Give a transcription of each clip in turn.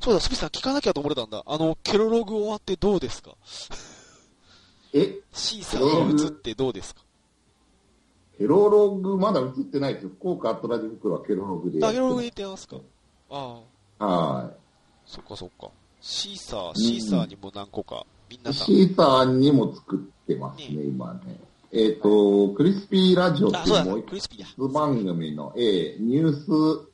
そうだ、スピさん聞かなきゃと思ってたんだ。あの、ケロログ終わってどうですかえ ?C さんに移ってどうですかケロログまだ映ってないですよ。福岡アトラジ袋はケロログでやあっケてロログまにす。行ってますかああ、は。そっかそっか。シーサー、シーサーにも何個か、みんないさん。シーサーにも作ってますね、ね今ね。えっ、と、クリスピーラジオってあ、いそううだもう、クリスピーだ。一つ番組の、えーニュース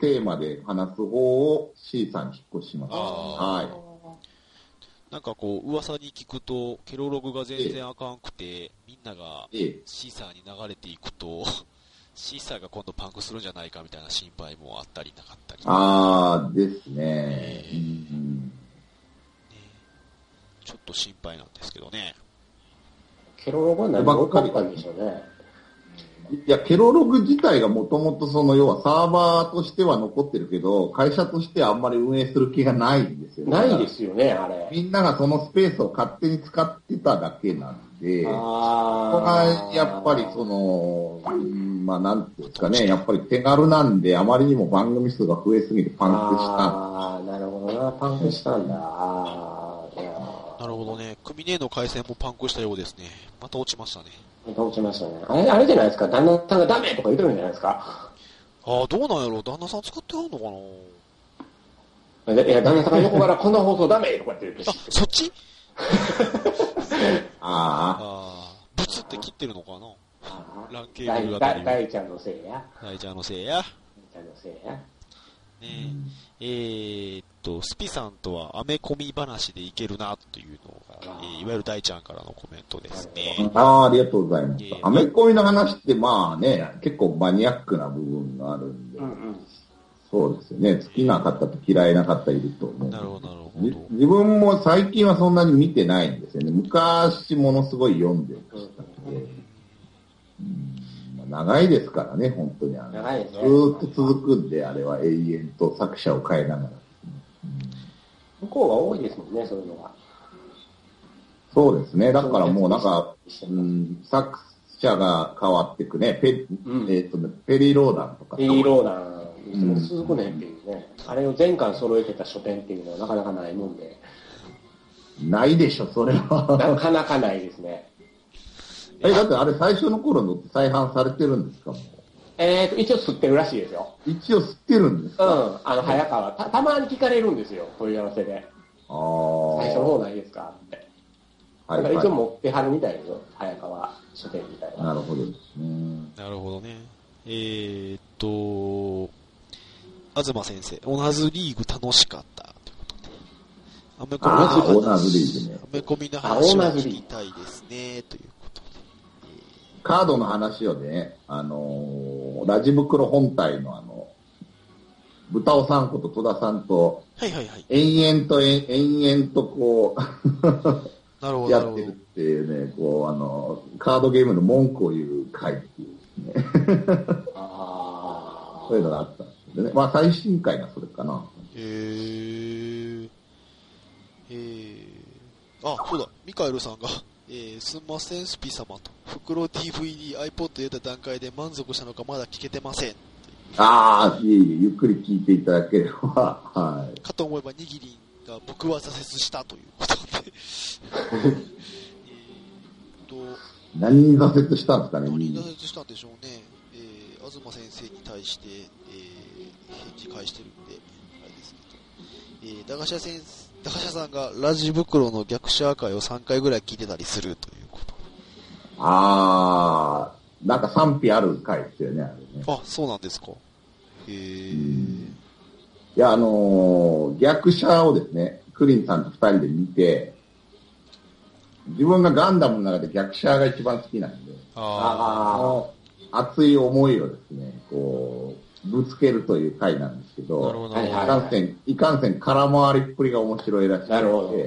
テーマで話す方を C さんに引っ越します。あはい。なんかこう、噂に聞くと、ケロログが全然あかんくて、みんながえーシーサーに流れていくと、 シーサーが今度パンクするんじゃないかみたいな心配もあったりなかったり。あーですね。うんねちょっと心配なんですけどね。ケロログは何が起こったんでしょうね。いや、ケロログ自体がもともとその、要はサーバーとしては残ってるけど、会社としてはあんまり運営する気がないんですよね。ないですよね、あれ。みんながそのスペースを勝手に使ってただけなんで、ここあがあ。やっぱりその、うんまあなんていうんですかね、やっぱり手軽なんで、あまりにも番組数が増えすぎてパンクした。ああ、なるほどな。パンクしたんだ。ああ、いやーなるほどね。クミネの回線もパンクしたようですね。また落ちましたね。倒しましたね。あれ、あれじゃないですか。旦那さんがダメとか言ってるんじゃないですか。ああ、どうなんやろ旦那さん使ってはんのかないや、旦那さんが横からこの放送ダメとかって言ってあ、そっちあああ、ブツって切ってるのかなあランケーブルーがだ足いりだる大ちゃんのせいや。大はい、じゃあのせいや。ちゃんのせいや。ねえーっと、スピさんとはアメコミ話でいけるなというのが、えーいわゆる大ちゃんからのコメントですね。あ、ああ、ありがとうございまいえすいえ。アメコミの話ってまあね、結構マニアックな部分があるんで、うんうん。そうですよね。好きな方と嫌いな方いると思う。なるほど、なるほじど。自分も最近はそんなに見てないんですよね。昔ものすごい読んでましたんで。うんまあ長いですからね、本当にあの。長いですねずーっと続くんで、あれは永遠と作者を変えながら。向こうが多いですもんね、そういうのが。そうですね。だからもうなんか、うそうですねん、作者が変わってくね。ペ,、うんえっとねペリー・ローダンとか。ペリーローダン、も続くねんっていうね。あれを全巻揃えてた書店っていうのはなかなかないもんで。ないでしょ、それは。なかなかないですね。 え、だってあれ最初の頃のって再販されてるんですかもえーと、一応吸ってるらしいですよ。う一応吸ってるんですうか、んあ。あの、早川。た、たまに聞かれるんですよ。問い合わせで。あ。最初の方ないですかって。はだいはからい、一応持ってはるみたいですよ。早川書店みたいな。なるほどですね。なるほどね。えーっと、東先生、オナズリーグ楽しかった。ということでアメコミのあー話オナズリーグねアメコミのあオ話をナズ聞リーきグたいですね、ということで。カードの話をね、あのーラジ袋本体のあの、豚尾さんこと戸田さんと、はいはいはい。延々と延延々とこなるほど、なう、やるっほてるどっ。ていうね、こうあの、カードゲームの文句を言う回っていうね、あそういうのがあったんですけどね。まあ最新回がそれかな。へー。えー。あ、そうだ、ミカエルさんが、 えー、すんません、スピ様と。袋 DVD、iPod 入れた段階で満足したのかまだ聞けてません。ああ、いえいえ、ゆっくり聞いていただければ、はい。かと思えば、にぎりんが僕は挫折したということ で。えーっ何に挫折したんですかと、ね、何に挫折したんでしょうね。えー、東先生に対して、えー、返事返してるんで、あれですけど。えー、駄菓子屋先生、駄菓子屋さんがラジ袋の逆シャー会を3回ぐらい聞いてたりするということ。ああ、なんか賛否ある回ですよね、あれね。あ、そうなんですか。へえ。いや、あのー逆車をですね、クリンさんと二人で見て、自分がガンダムの中で逆車が一番好きなんで、あ。あああの、熱い思いをですね、こう、ぶつけるという回なんですけあ。ど、なるほど、なるほはいいかはんせん、いかんせん空回りっぷりが面白いらしくて、なるほどど。へ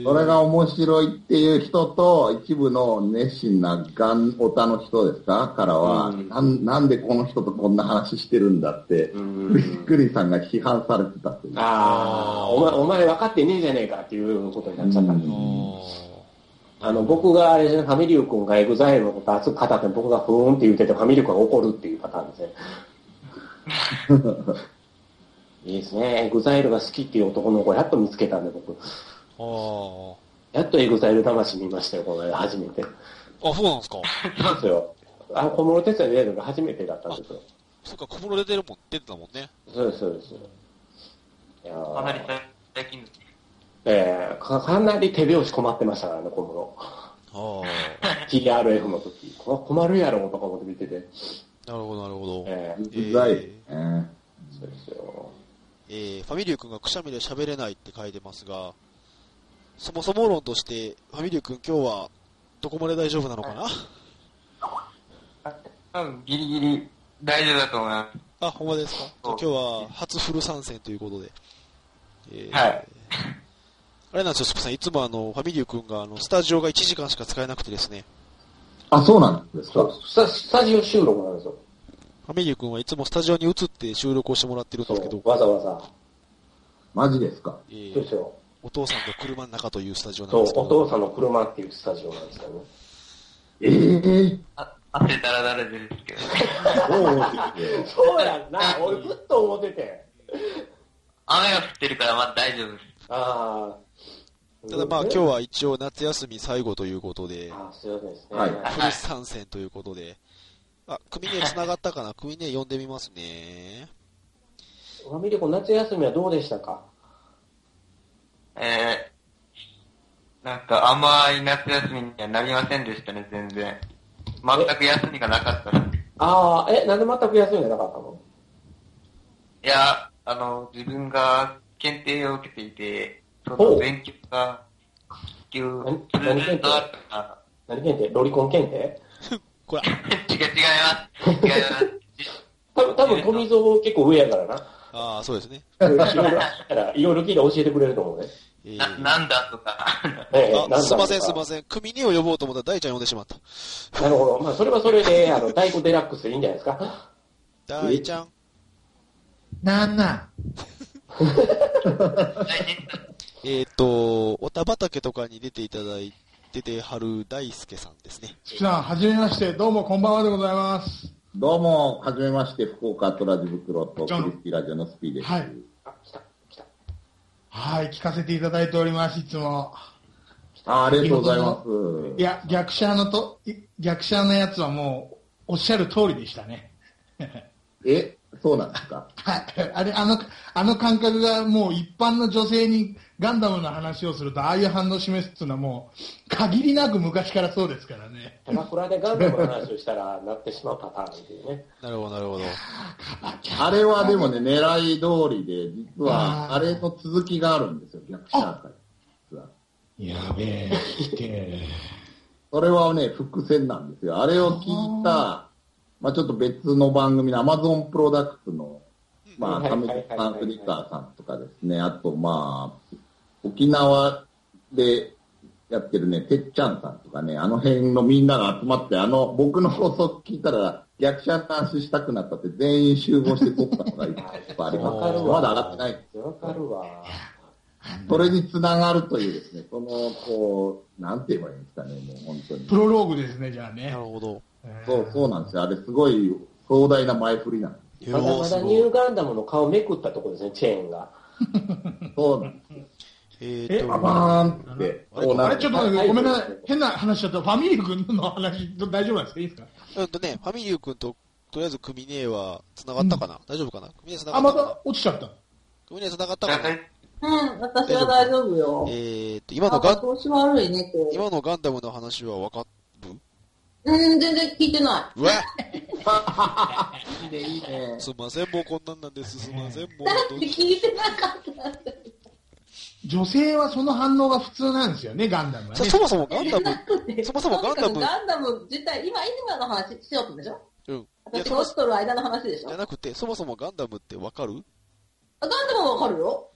え。それが面白いっていう人と、一部の熱心なガンオタの人ですかからは、うんなん、なんでこの人とこんな話してるんだってー。、うびっん。くりさんが批判されてたという。ああ、お前、お前分かってねえじゃねえかっていうことになっちゃったんですあよ。ーあの、僕があれですね、ファミリュー君がエグザイルのこと熱く語って、僕がふ ーんって言ってて、ファミリュー君が怒るっていうパターンですね。いいですね。エグザイルが好きっていう男の子やっと見つけたんで、僕。あやっとエグザイル魂見ましたよ、この間初めて。あ。あ、そうなんですか。そうですよ。あの、小室哲哉出るのが初めてだったんですよ。そっか、小室出てるもん、出てたもんね。そうです、そうです。いやーかなり最近ですね。えーかかなり手拍子困ってましたからね、小室。 ああ。 TRF の時。こ困るやろ、とか思って見てて。なるほど、なるほど。えーうざいですね。そうですよ。えーファミリュー君がくしゃみで喋れないって書いてますが、そもそも論として、ファミリュー君今日はどこまで大丈夫なのかな、多分ギリギリ大丈夫だと思いまあ、ほんまですかじゃあ今日は初フル参戦ということで。えーはいあれなんですよ、スプさん。いつもあの、ファミリュー君があの、スタジオが1時間しか使えなくてですね。あ、そうなんですか。スタスタジオ収録なんですよ。ファミリュー君はいつもスタジオに移って収録をしてもらってるんそですけどう、、わざわざ。マジですか。えそうですー、よ。お父さんの車の中というスタジオなんそうで、すけおど、父さんの車っていうスタジオなんですけどね。ええす。汗だらだらですけど。どう思っててそうやんな、 俺ずっと思ってて。雨が降ってるからまあ大丈夫です。ああ。ただまあ今日。は一応夏休み最後ということで、あすいませんですね。はいフル参戦ということで、あ、組ね繋がったかな組ね呼んでみますね。ファミリコ夏休みはどうでしたかえー、なんか甘い夏休みにはなりませんでしたね、全然。全く休みがなかったら。いああ、え、なんで全く休みがなかったのや、あの、自分が検定を受けていて、そほのう勉強が、結局、ず何ーっとあったから、何検定ロリコン検定これ、 違う、違います。違います。多分、多分、富蔵結構上やか らな。ああ、そうですね。いろいろ聞いたら、いろいろ聞いて教えてくれると思うね。えーな、 なんだとか。ええなんだあ、すいません、すいませせん。組にを呼ぼうと思ったら大ちゃん呼んでしまった。ん。なるほど。まあ、それはそれで、あの、太鼓デラックスでいいんじゃないですか。大ちゃん。なんなん大変だえっ、と、おた畑とかに出ていただいて、てはる大輔さんですね。ちくさん、はじめまして、どうもこんばんはでございます。どうも、はじめまして、福岡トラジ袋とクリスティラジオのスピーです。はい。あ、来た、来た。はい、聞かせていただいております、いつも。あありがとうございます。いや、逆者のと、い逆者のやつはもう、おっしゃる通りでしたね。え、そうなんですかはい。あれ、あの、あの感覚がもう一般の女性にガンダムの話をすると、ああいう反応を示すっていうのはもう、限りなく昔からそうですからね。高倉でガンダムの話をしたら、なってしまうパターンっていうね。なるほど、なるほど。あれはでもね、狙い通りで、実は、あーあれの続きがあるんですよ、逆者会。実は。やべえ、来て。 それはね、伏線なんですよ。あれを聞いた、まあちょっと別の番組の Amazon プロダクツの、まはあ、いはサいムはいはいジさん、フリッカーさんとかですね、あとまあ沖縄でやってるね、てっちゃんさんとかね、あの辺のみんなが集まって、あの、僕の放送聞いたら、逆者の話したくなったって全員集合して撮ったのがいっぱいあります。 わかるわまだ上がってない。わかるわ。それにつながるというですね、その、こう、なんて言えばいいんですかね、もう本当に。プロローグですね、じゃあねなる。ほど。そう、そうなんですよ。あれ、すごい壮大な前振りなんでいやまだーますだごニいューガンダムの顔めくったとこですね、チェーンが。す。そうなんです。えっ、えバと、バーンって、こうあなれ、るちょっと待ってごめんなさい。変な話だった。ファミリー君の話、ど大丈夫なんですかいいですかうんとね、ファミリュー君と、とりあえず組ねは繋がったかな、大丈夫かな組ね繋があ、ったまかなた落ちちゃった。組ね繋がったかなえうん、私は大丈夫よ。っ、と、今なのガんかン、調子悪いね、今日。今のガンダムの話は分かっ、うん、全然聞いてなうわいいね、いいね。すいません、もうこんなんなんです。すいません、もう い。だ本っ当てに。聞いてなかった。女性はその反応が普通なんですよね、ガンダムはさね。そもそもガンダム、そもそもガンダムとにかくガンダム自体、今、今の話しようとでしょうん。いや、私そがも落ちとる間の話でしょじゃあなくて、そもそもガンダムって分かるガンダムはわかるよ。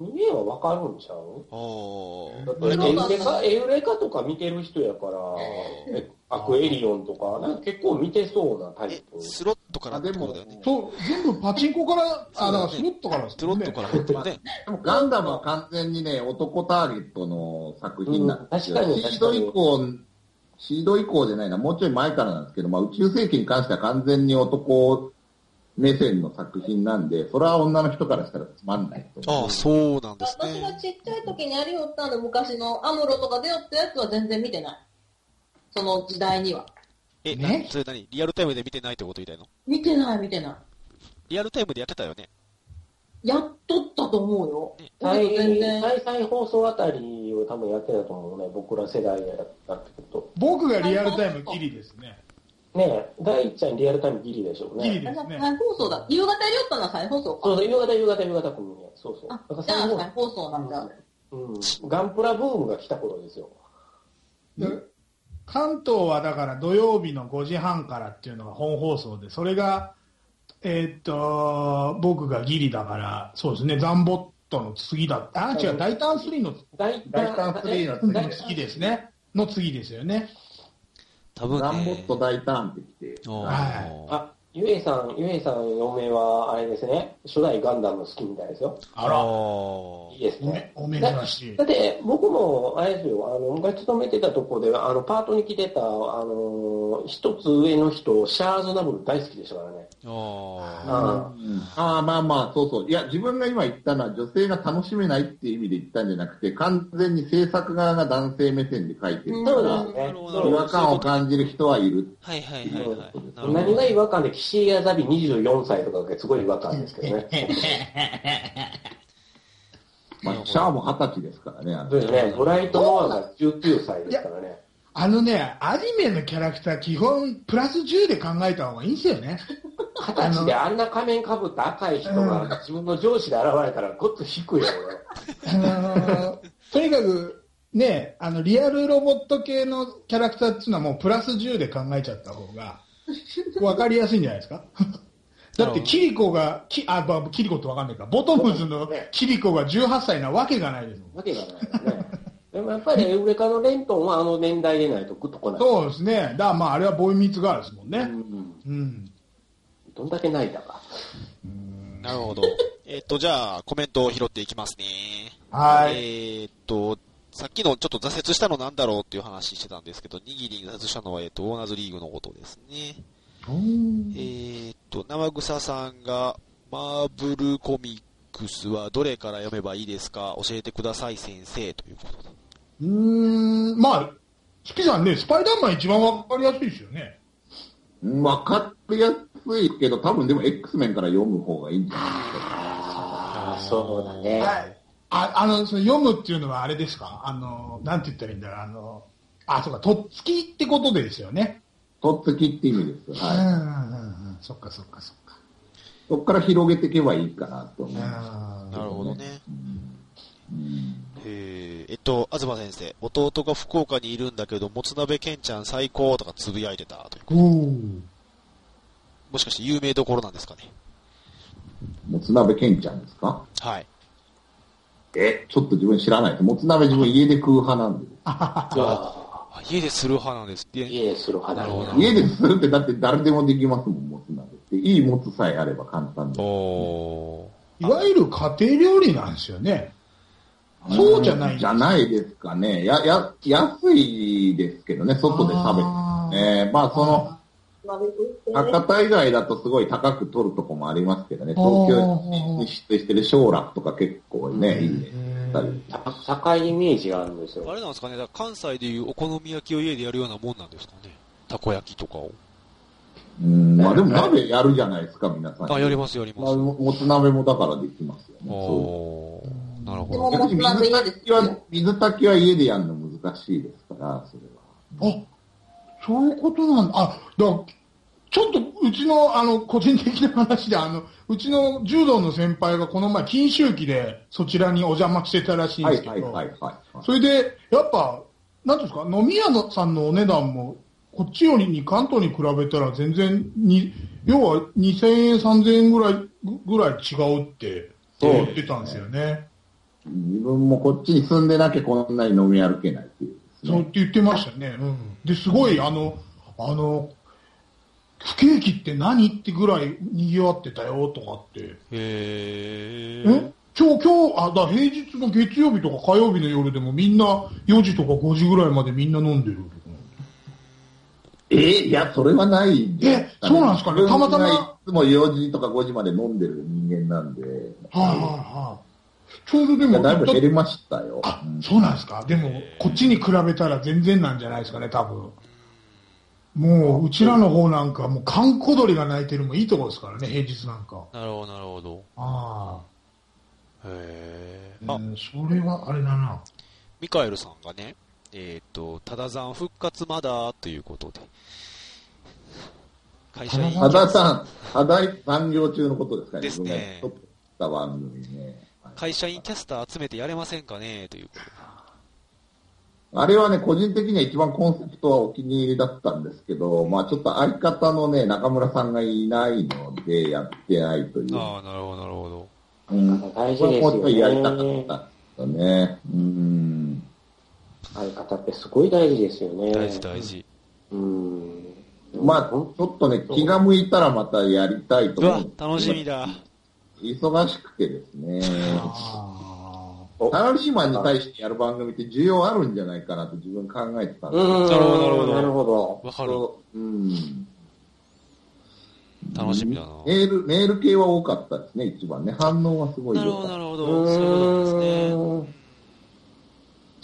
人間はわかるんちゃうああだってエウレカ、エウレカとか見てる人やから、えアクエリオンとか、なんか結構見てそうなタイえプ。、スロットからってことだよね。そう、全部パチンコから、あ、だからそうだねスロットからですスロットから入ってるね。でもガンダムは完全にね、男ターゲットの作品なんですよ。うん確かにシード以降、シード以降じゃないな、もうちょい前からなんですけど、まあ宇宙世紀に関しては完全に男目線の作品なんで、それは女の人からしたらつまんないと思う。ああ、そうなんです私がね。ちっちゃい時にありよったんで、昔のアムロとか出よったやつは全然見てない。その時代には。え、ねなそれ何リアルタイムで見てないってことみたいの見てない、見てなリアルタイムでやってたよね。い。やっとったと思うよ。だけ再ど全然。再再放送あたりを多分やってたと思うね、僕ら世代だったってこ僕がリアルタイムギリですね。と。ねえ、大ちゃんリアルタイムギリでしょうね。ギリであじゃすあね。再放送だ。夕方やりよったのは再放送そうか。そう、夕方、夕方、夕方組ね。そうそう。あだから、じゃ再あ放再放送なんだ。うん、ガンプラブームが来た頃ですよ。で関東はだから土曜日の5時半からっていうのが本放送で、それが、えーっと、僕がギリだから、そうですね、ザンボットの次だった。あ、違う、大胆3の大大胆3の大の次ですね。の次ですよね。多分ランボッね。ト大胆ってきて、あああ、ゆえいさん、ゆえいさん、嫁は、あれですね、初代ガンダム好きみたいですよ。ああら、おーいいですめね。、おめ珍しいだ。って、僕も、あれですよ、あの、昔勤めてたとこで、あの、パートに来てた、あの、一つ上の人、シャーズナブル大好きでしたからね。ああああ、まあまあ、そうそう。いや、自分が今言ったのは女性が楽しめないっていう意味で言ったんじゃなくて、完全に制作側が男性目線で書いてるかそうら、ですね。違和感を感じる人はいる。ーはいはいはいはい。なるほど何が違和感で、岸井あざび24歳とかがすごい違和感ですけど ね。まあ、シャアも二十歳ですからね。あのそうですね、ブライト・ノアが19歳ですからね。あのね、アニメのキャラクター、基本、プラス10で考えた方がいいんですよね。二十歳であんな仮面かぶった赤い人うんが自分の上司で現れたらごっと引くよ、俺。あのーとにかく、ね、あの、リアルロボット系のキャラクターっていうのはもうプラス10で考えちゃった方が、わかりやすいんじゃないですかだって、キリコが、きあ、ばキリコってわかんないか。ボトムズのキリコが18歳なわけがないですもん。 わけがないですね。でもやっぱりエウレカのレントンはあの年代でないとグッとこない。そうですね。だからまあ、あれはボーイミーツガールですもんうね。ん。うん。どんだけないだか。なるほど。えっと、じゃあ、コメントを拾っていきますね。はい。えーっと、さっきのちょっと挫折したのなんだろうっていう話してたんですけど、握りに挫折したのは、えーっと、オーナーズリーグのことですね。えーっと、生草さんが、マーブルコミックスはどれから読めばいいですか教えてください、先生。ということで。うーん、まあ、好きさんね、スパイダーマン一番わかりやすいですよね。うんわかりやすいけど、多分でも X 面から読む方がいいんじゃないああ、そうだね。はい。あ、あの、その読むっていうのはあれですかあの、なんて言ったらいいんだろう。あの、あ、そうか、とっつきってことですよね。とっつきって意味ですよ。うんうんはい。うんうん。そっかそっかそっか。そこから広げていけばいいかなと思う。あーなるほどね。うんえーえっと、東先生、弟が福岡にいるんだけど、もつ鍋けんちゃん最高とかつぶやいてたという。おーもしかして有名どころなんですかね。もつ鍋けんちゃんですかはい。え、ちょっと自分知らないです。もつ鍋自分家で食う派なんで。ああ家でする派なんです。あ、いや家でする花なるほど 家でするってだって誰でもできますもん、もつ鍋って。いいもつさえあれば簡単で。おー。いわゆる家庭料理なんですよね。そうじゃないんですじゃないですかね。や、や、安いですけどね、外で食べてあーえーまあその、丸くってね博多以外だとすごい高く取るとこもありますけどね、あー東京に出してる奨楽とか結構ね、いいね。高いイメージがあるんですあよ。れなんですかね、だから関西でいうお好み焼きを家でやるようなもんなんですかね。たこ焼きとかを。うん、まあでも鍋やるじゃないですか、皆さん。あ、やります、やりま。ますおあもつ鍋もだからできますよね。そうおーなるでほもど。もう鍋家です水炊きは、水炊きは家でやるの難しいですから、それは。あ、そういうことなんだ。あ、だからちょっと、うちの、あの、個人的な話で、あの、うちの柔道の先輩がこの前、禁酒期で、そちらにお邪魔してたらしいんはですいけど、はいはいはい。それで、やっぱ、なんていうんですか、飲み屋のさんのお値段も、こっちよりに関東に比べたら全然に、要は2000円、3000円ぐらい、ぐぐらい違うって言ってたんですよね。自分もこっちに住んでなきゃこんなに飲み歩けないっていうですそうね。って言ってましたね。うん。で、すごい、あの、あの、不景気って何ってぐらい賑わってたよとかって。へえー。今日、今日、あ、だ平日の月曜日とか火曜日の夜でもみんな4時とか5時ぐらいまでみんな飲んでるとか。えー、いや、それはない、えそうなんですかね自分がたまたまいつも4時とか5時まで飲んでる人間なんで、はいはいはい。ちょうどでいやも、だいぶ減だりましたよ。あう、んそうなんですか。でも、こっちに比べたら全然なんじゃないですかね、多分。もう、うちらの方なんか、もう、閑古鳥が鳴いてるもいいとこですからね、平日なんか。なるほど、なるほど。あへあ、あう、ん、それはあれだな。ミカエルさんがね、えっ、と、ただざん復活まだということで。会社員多田さん、多田産業中のことですかね、ですね自分が撮った番組ね。会社員キャスター集めてやれませんかねということで。あれはね、個人的には一番コンセプトはお気に入りだったんですけど、まあちょっと相方のね、中村さんがいないので、やってないという。ああ、なるほど、なるほど。うん、大事これもうちですよねょっとやりたかったですよね。うん。相方ってすごい大事ですよね。大事、大。事。うん。まあちょっとね、気が向いたらまたやりたいとうわ思う。、楽しみだ。忙しくてですね。あサラリーマンに対してやる番組って需要あるんじゃないかなと自分考えてたんうですん。なるほどなるほどなるほど。わかける。ど、うん。楽しみだな。メール、メール系は多かったですね、一番ね。反応はすごいなる良ほかど、なった。るほうど。そういうことなんですね。ーん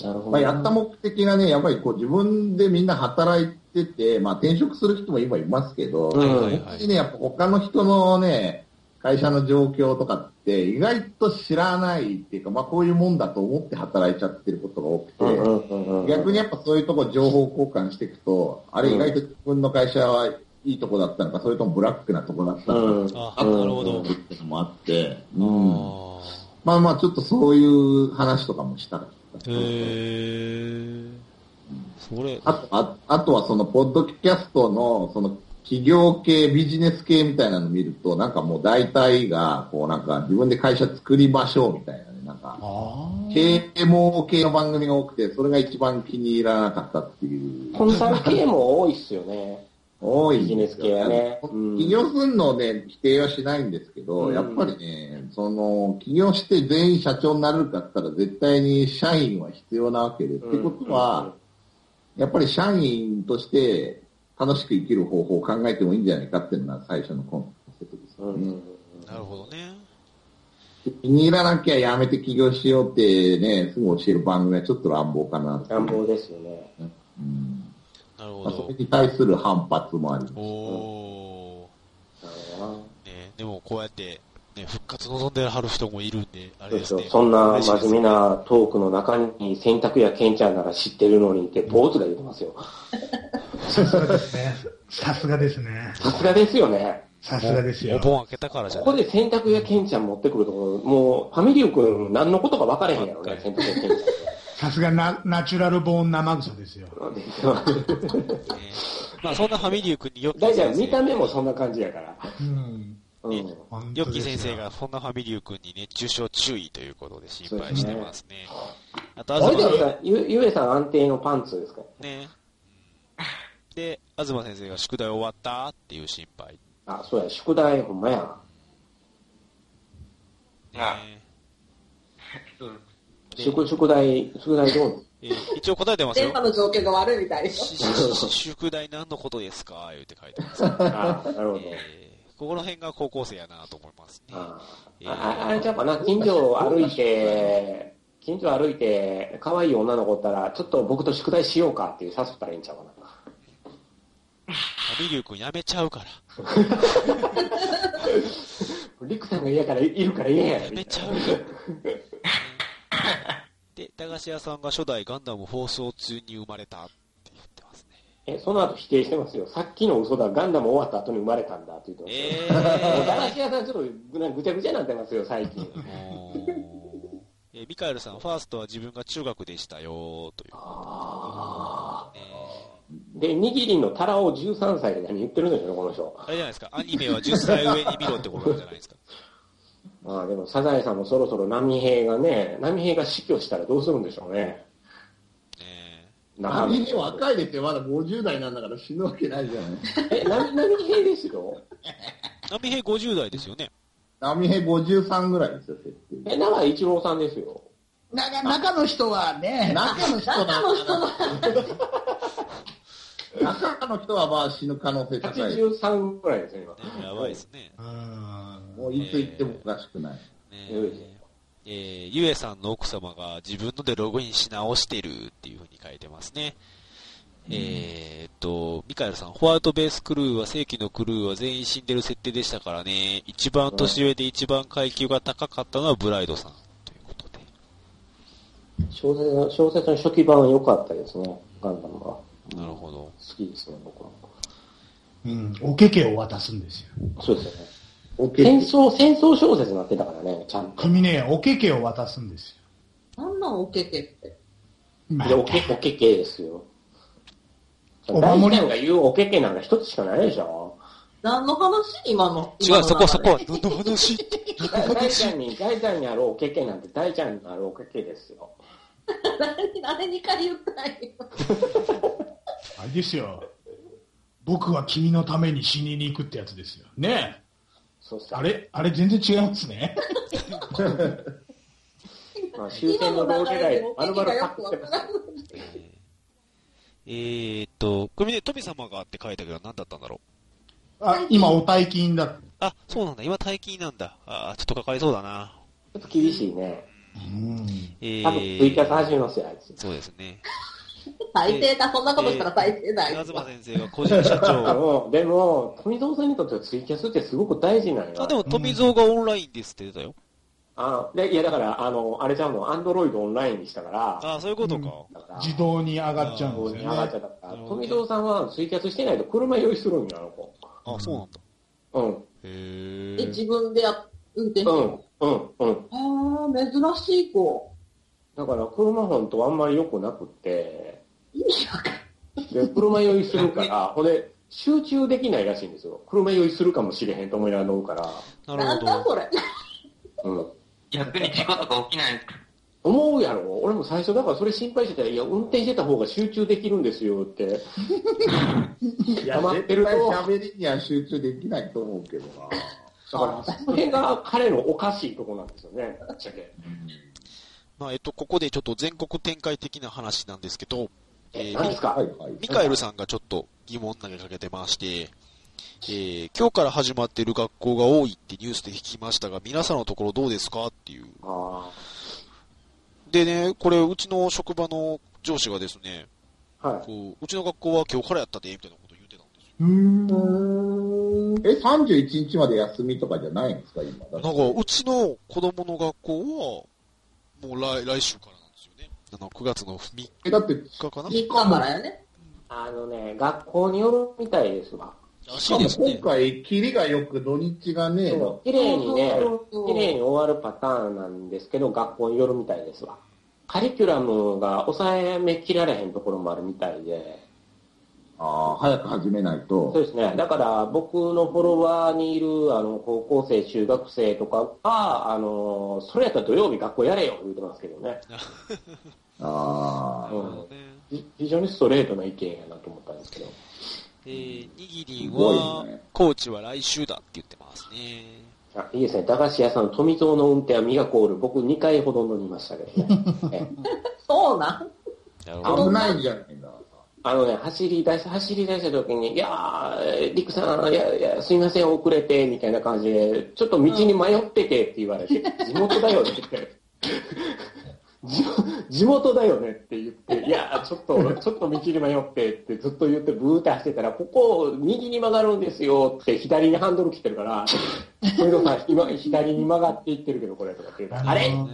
なるほど。まあ、やった目的がね、やっぱりこう自分でみんな働いてて、まあ転職する人も今いますけど、はいははいい本当にね、やっぱ他の人のね、会社の状況とかって意外と知らないっていうか、まあこういうもんだと思って働いちゃってることが多くて、うんうんうんうん逆にやっぱそういうとこ情報交換していくと、あれ意外と自分の会社はいいとこだったのか、それともブラックなとこだったのか、うん。あ、なるほどっ。ていうのもあって、うんあまあまあちょっとそういう話とかもしたかっーた。へえ。それ、あとああとはその、ポッドキャストの、その、企業系、ビジネス系みたいなの見ると、なんかもう大体が、こうなんか自分で会社作りましょうみたいなね、なんあ。か、あ啓蒙系の番組が多くて、それが一番気に入らなかったっていう。コンサル系も多いっすよね。多いんビジネですスよ系はねうん起業するのね、否定はしないんですけど、うんやっぱりね、その、起業して全員社長になるかって言ったら絶対に社員は必要なわけで、ってことは、やっぱり社員として楽しく生きる方法を考えてもいいんじゃないかっていうのが最初のコンセプトですうんうよね。んうん、なるほどね。気に入らなきゃやめて起業しようってね、すぐ教える番組はちょっと乱暴かなっていう乱暴ですよね。うんなるほまあそどれ。に対する反発もあります。おなるほどなー。ね、でもこうやって、ね、復活望んではる人もいるんで、あれそうでですすよね。そんな嬉しいです真面目なトークの中に、洗濯やケンちゃんなら知ってるのにって、坊主が言ってますよ。あ。さすがですね。さすがですね。さすがですよね。さすがですおよ。盆開けたからじゃこなこい。で洗濯やケンちゃん持ってくるところ、もう、ファミリー君何のことか分かれへんやろね、洗濯やケンちゃんって。さすがナナチュラルボーン生草ですよ。ですよねまあそんなファミリュー君によっき大先ちゃ生ん、見た目もそんな感じやから。うん。うん。本よ当っきですよ先生。がそんなファミリュー君に熱中症注意ということで心配してますね。あと、大東丈夫さですかゆゆえさん安定のパンツですかんね。で、東先生が宿題終わったっていう心配。あ、そうや、宿題ほんまや。あねそうで宿、宿題、宿題どうえー一応答えてます電よ波。の状況が悪いみたいでししし 宿題何のことですか言うて書いてます。え あなるほど。ーここら辺が高校生やなと思いますね。ああ、あれちゃうかな、近所を歩いて、近所歩いて、可愛い女の子おったら、ちょっと僕と宿題しようかっていう誘ったらいいんちゃうかな。ファミリュー君やめちゃうから。リクさんが嫌から、いるから嫌や。やめちゃうで、駄菓子屋さんが初代ガンダム放送中に生まれたって言ってますね。え、その後否定してますよ。さっきの嘘だ、ガンダム終わった後に生まれたんだって言ってますよ。えもう駄菓子屋さんちょっとぐぐちゃぐちゃになってますよ、最近。ー、もうえーミカエルさん、ファーストは自分が中学でしたよという。あえーーで、にぎりのタラを13歳で何言ってるんでしょうね、この人。あれじゃないですか、アニメは10歳上に見ろってことなんじゃないですか。まあでも、サザエさんもそろそろ波平がね、波平が死去したらどうするんでしょうね。ねあ波みんな若いですよ、まだ50代なんだから死ぬわけないじゃない。え、波波平ですよ。え。波平50代ですよね。波平53ぐらいですよ、設定。え、長井一郎さんですよ。中中の人はね、中のょ。中の人は中の人はまあ死ぬ可能性高い。 83ぐらいですね、今。ねやばいですね。あーもういつ行ってもおかしくない。ねよいしょえーゆえさんの奥様が自分のでログインし直してるっていうふうに書いてますね。えーっと、ミカエルさん、ホワイトベースクルーは正規のクルーは全員死んでる設定でしたからね、一番年上で一番階級が高かったのはブライドさんということで。小説の、小説の初期版は良かったですね、ガンダムは。好なるほど。きですね、僕は。うん、おけけを渡すんですよ。そうですよね。オッケ戦ー。争、戦争小説になってたからね、ちゃんと。君ね、おけけを渡すんですなんなんおけけって。よ。で、おけ、おけけですよ。お守り大を臣が言うおけけなんか一つしかないでしょ。何の話今の。違う、そこそここ。 は、何の話大ちゃんに、大ちゃんにあるおけけなんて大ちゃんにあるおけけですよ。誰にか言ったんよ。あれですよ。僕は君のために死にに行くってやつですよ。ねそうですえ。ねあれ、あれ全然違いますね。まあ、終戦の同時代、まるまる隠してます。えーっと、組で富様がって書いたけど何だったんだろうあ、今、お大金だ。あ、そうなんだ。今、大金なんだ。あー、ちょっとかかりそうだな。ちょっと厳しいね。うん。えー、多分、ツイキャス始めますよ、あいつ。そうですね。最低だ、そんなことしたら最低だ。東先生は個人社で長。も、でも、富蔵さんにとってはツイキャスってすごく大事なの よ。あ、でも、富蔵がオンラインですって出たよ。あでいや、だから、あの、あれちゃうの、アンドロイドオンラインにしたから、あー、そういうことか。だから、自動に上がっちゃうん動でにす上よがっねちゃ。ったから、うん富蔵さんはツイキャスしてないと車用意するんよ、あの子。あ、そうなんだ。うん、へえ、ー。自分でやっ運転してうるん、うん、うん。ああ、珍しい子。だから、車本とあんまり良くなくって、意味わかんない。で、車酔いするから、ほんで、集中できないらしいんですよ。車酔いするかもしれへんと思いながら飲むから、なるなほんだど。それ。うん。逆に事故とか起きないですか思うやろ俺も最初だからそれ心配してたら、いや、運転してた方が集中できるんですよって。いや、黙ってる絶と対喋りには集中できないと思うけどな。だから、それが彼のおかしいとこなんですよね、ぶっちゃけ。まあ、えっと、ここでちょっと全国展開的な話なんですけど、えー何ですかはいはい。ミカエルさんがちょっと疑問投げかけてまして、えー、今日から始まっている学校が多いってニュースで聞きましたが、皆さんのところどうですかっていう。あでね、これ、うちの職場の上司がですね、あ。はい。こううちの学校は今日からやったで、みたいなこと言ってたんですよ。え、31日まで休みとかじゃないんですか、今。だっなてんか、うちの子供の学校は、もう来来週からなんですよね。あの、9月の3日えだって、かな3日からやね。あのね、学校によるみたいですわ。らししかいもです今ね。回、キリがよく土日がね、綺麗にねそうそう、そう綺麗に終わるパターンなんですけど、学校によるみたいですわ。カリキュラムが抑えめきられへんところもあるみたいで。ああ、早く始めないそうと。ですね。だから僕のフォロワーにいるあの高校生、中学生とかは、あの、それやったら土曜日学校やれよ言ってますけどね。ああ、うん、じ非常にストレートな意見やなと思ったんですけど。えー、にぎりすは、ごいねコーチは来週だって言ってますね。あいいですね。駄菓子屋さん、富蔵の運転はミガコール。僕2回ほど乗りましたけどね。えそうなんなるほど。危ないじゃないんだ。あのね、走り出し、走り出した時に、いやー、リクさん、いやいや、すいません、遅れて、みたいな感じで、ちょっと道に迷っててって言われて、地元だよね って。地地元だよねって言って、いやー、ちょっと、ちょっと道に迷ってってずっと言って、ブーって走ってたら、ここ、右に曲がるんですよって、左にハンドル切ってるから、小江戸さん、今、左に曲がっていってるけど、これ、とかって言うから、あれね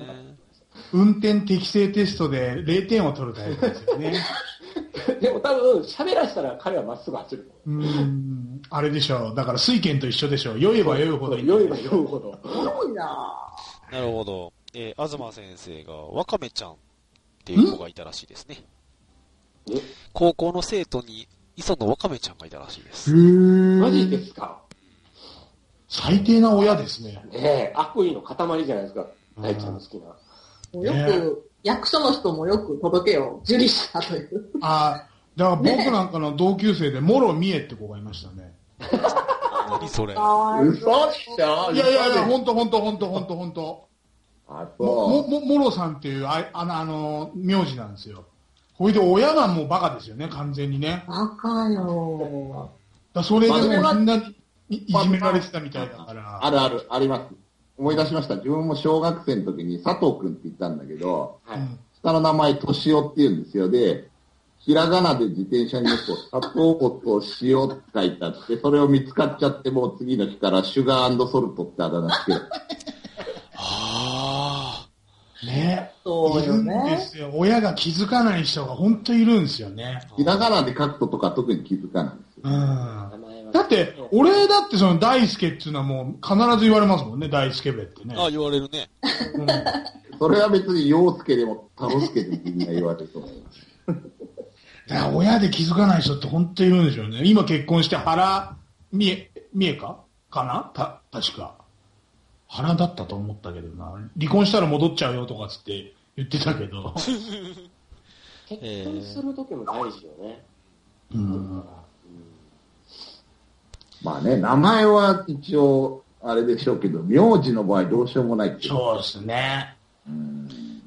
運転適正テストで0点を取るタイプですよね。でも多分、喋らせたら彼はまっすぐ走る。うん。あれでしょう。だから、水拳と一緒でしょう。酔えば酔うほどいい。酔えば酔うほど。多いななるほど。えー、東先生が、ワカメちゃんっていう子がいたらしいですねん。高校の生徒に、磯野ワカメちゃんがいたらしいです。ママジですか最低な親ですね。ねえ、悪意の塊じゃないですか、大ちゃんの好きな。ぁ。よく、役所の人もよく届けを受理したという。あだから僕なんかの同級生で、もろみえって子がいましたね。何それ。あ嘘ってあいやいやいや、ほんとほんとほんとほんとほんと。あ、も、そも、もろさんっていう、あ、あの、あの、名字なんですよ。ほいで親がもうバカですよね、完全にね。バカよだそれでもうまあみんなにいいじめられてたみたいだから。あるある、あります。思い出しました。自分も小学生の時に佐藤くんって言ったんだけど、うはいん下の名前、としおって言うんですよ。で、ひらがなで自転車によく、砂糖と塩って書いてあって、それを見つかっちゃって、もう次の日からシュガーソルトってあだ名つける。あね。そうよいるんでね。すよ。親が気づかない人が本当いるんですよね。ひらがなで書くととか特に気づかないんですよ。うん。だ名前は。って、俺だってその大輔っていうのはもう必ず言われますもんね、大輔べってね。あ。ああ、言われるね。うんそれは別に陽介でも太郎介でもみんな言われると思います。だから親で気づかない人って本当いるんでしょうね。今結婚して原、三重、三重かかなた、確か。原だったと思ったけどな。離婚したら戻っちゃうよとかつって言ってたけど。結婚する時も大事よね。うん。まあね、名前は一応、あれでしょうけど、名字の場合どうしようもないっていう。そうですね。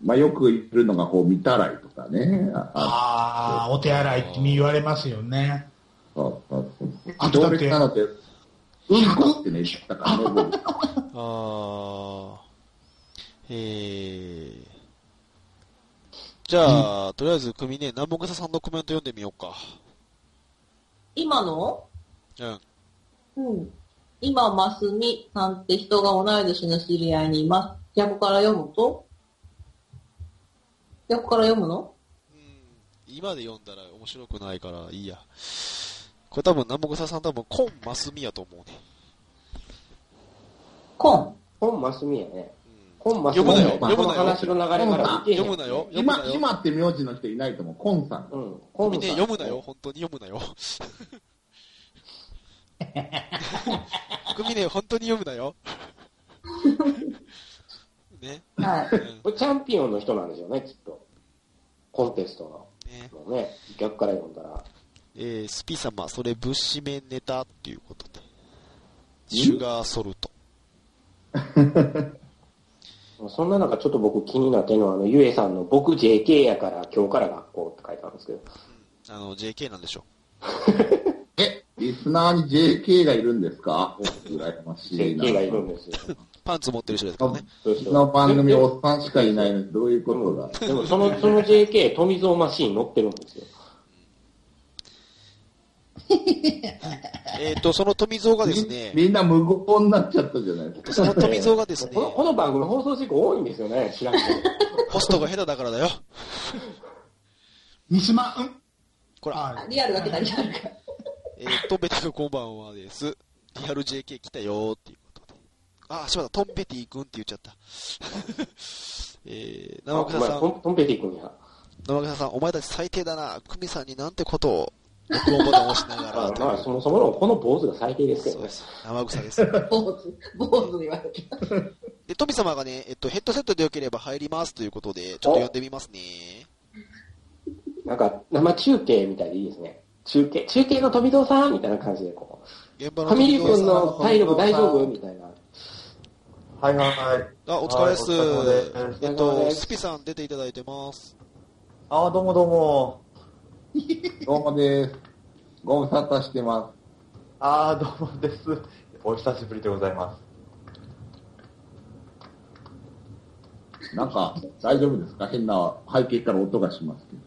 まあよくいるのが、こう、見たらいとかね。ああああ、お手洗いって言われますよね。そうそうそうあとだって強烈なのって、うんこってね、言ったからね、僕。ああ。えー。じゃあ、とりあえず組ね、南北草さんのコメント読んでみようか。今のうん。うん。今、マスミさんって人が同い年の知り合いにいます。逆から読むと逆から読むの今で読んだら面白くないからいいや。これ多分南北草さん多分、コンマスミやと思うね。コン。本マスミやね。うん本マスミ。読むなよこの話の流れから見てへん。読むなよ。読む今な、よ。今って名字の人いないと思う。コンさん。うん。本ね、読むなよ、。本当に読むなよ。グミね、本当に読むなよ。ね、はい。うんこれチャンピオンの人なんでしょうね、きっと。コンテストね。の。ね。逆から読んだら。えー、スピ様、それ物資面ネタっていうことで。シュガーソルト。そんな中、ちょっと僕気になってるのは、あの、ゆえさんの僕 JK やから今日から学校って書いてあるんですけど。あの、JK なんでしょえ、リスナーに JK がいるんですか羨ましいな。 JK がいる んですよ。パンツ持ってる人ですからね。そううちそうの番組おっさんしかいないのにどういうことだ、でもその、その JK、富蔵マシーン乗ってるんですよ。えっ、と、その富蔵がですね、みみんな無言になっちゃったじゃないですか。その富蔵がですねこ、のこの番組放送事故多いんですよね、知らんけホストが下手だからだよ。三島、うん。こら、あリアルだけだ、リアルか。えー、トンベテ君こんばんはです。リアル JK 来たよーっていうことで。あー、しまった、トンベティ君って言っちゃった。 えー、ど。生草さあお前ん、トントンペティ君や。生草さん、お前たち最低だな。クミさんになんてことを、録音ボタンを押しながまらあ、とまあ、そもそものこの坊主が最低ですけそうどでね。す。生草です。坊主、坊主言われて。で、トミ様がね、えっと、ヘッドセットでよければ入りますということで、ちょっと読んでみますね。なんか、生中継みたいでいいですね。中継、中継の富蔵さんみたいな感じで、こ現場う。のファミリー富君蔵の体力大丈夫みたいな。はいはいはい。さんあ、お疲れです。はいお疲れ様ですえっと、スピさん出ていただいてます。ああ、どうもどうも。どうもです。ご無沙汰してまああ、どうもです。お久しぶりでございます。す。なんか、大丈夫ですか変な背景から音がしますけど。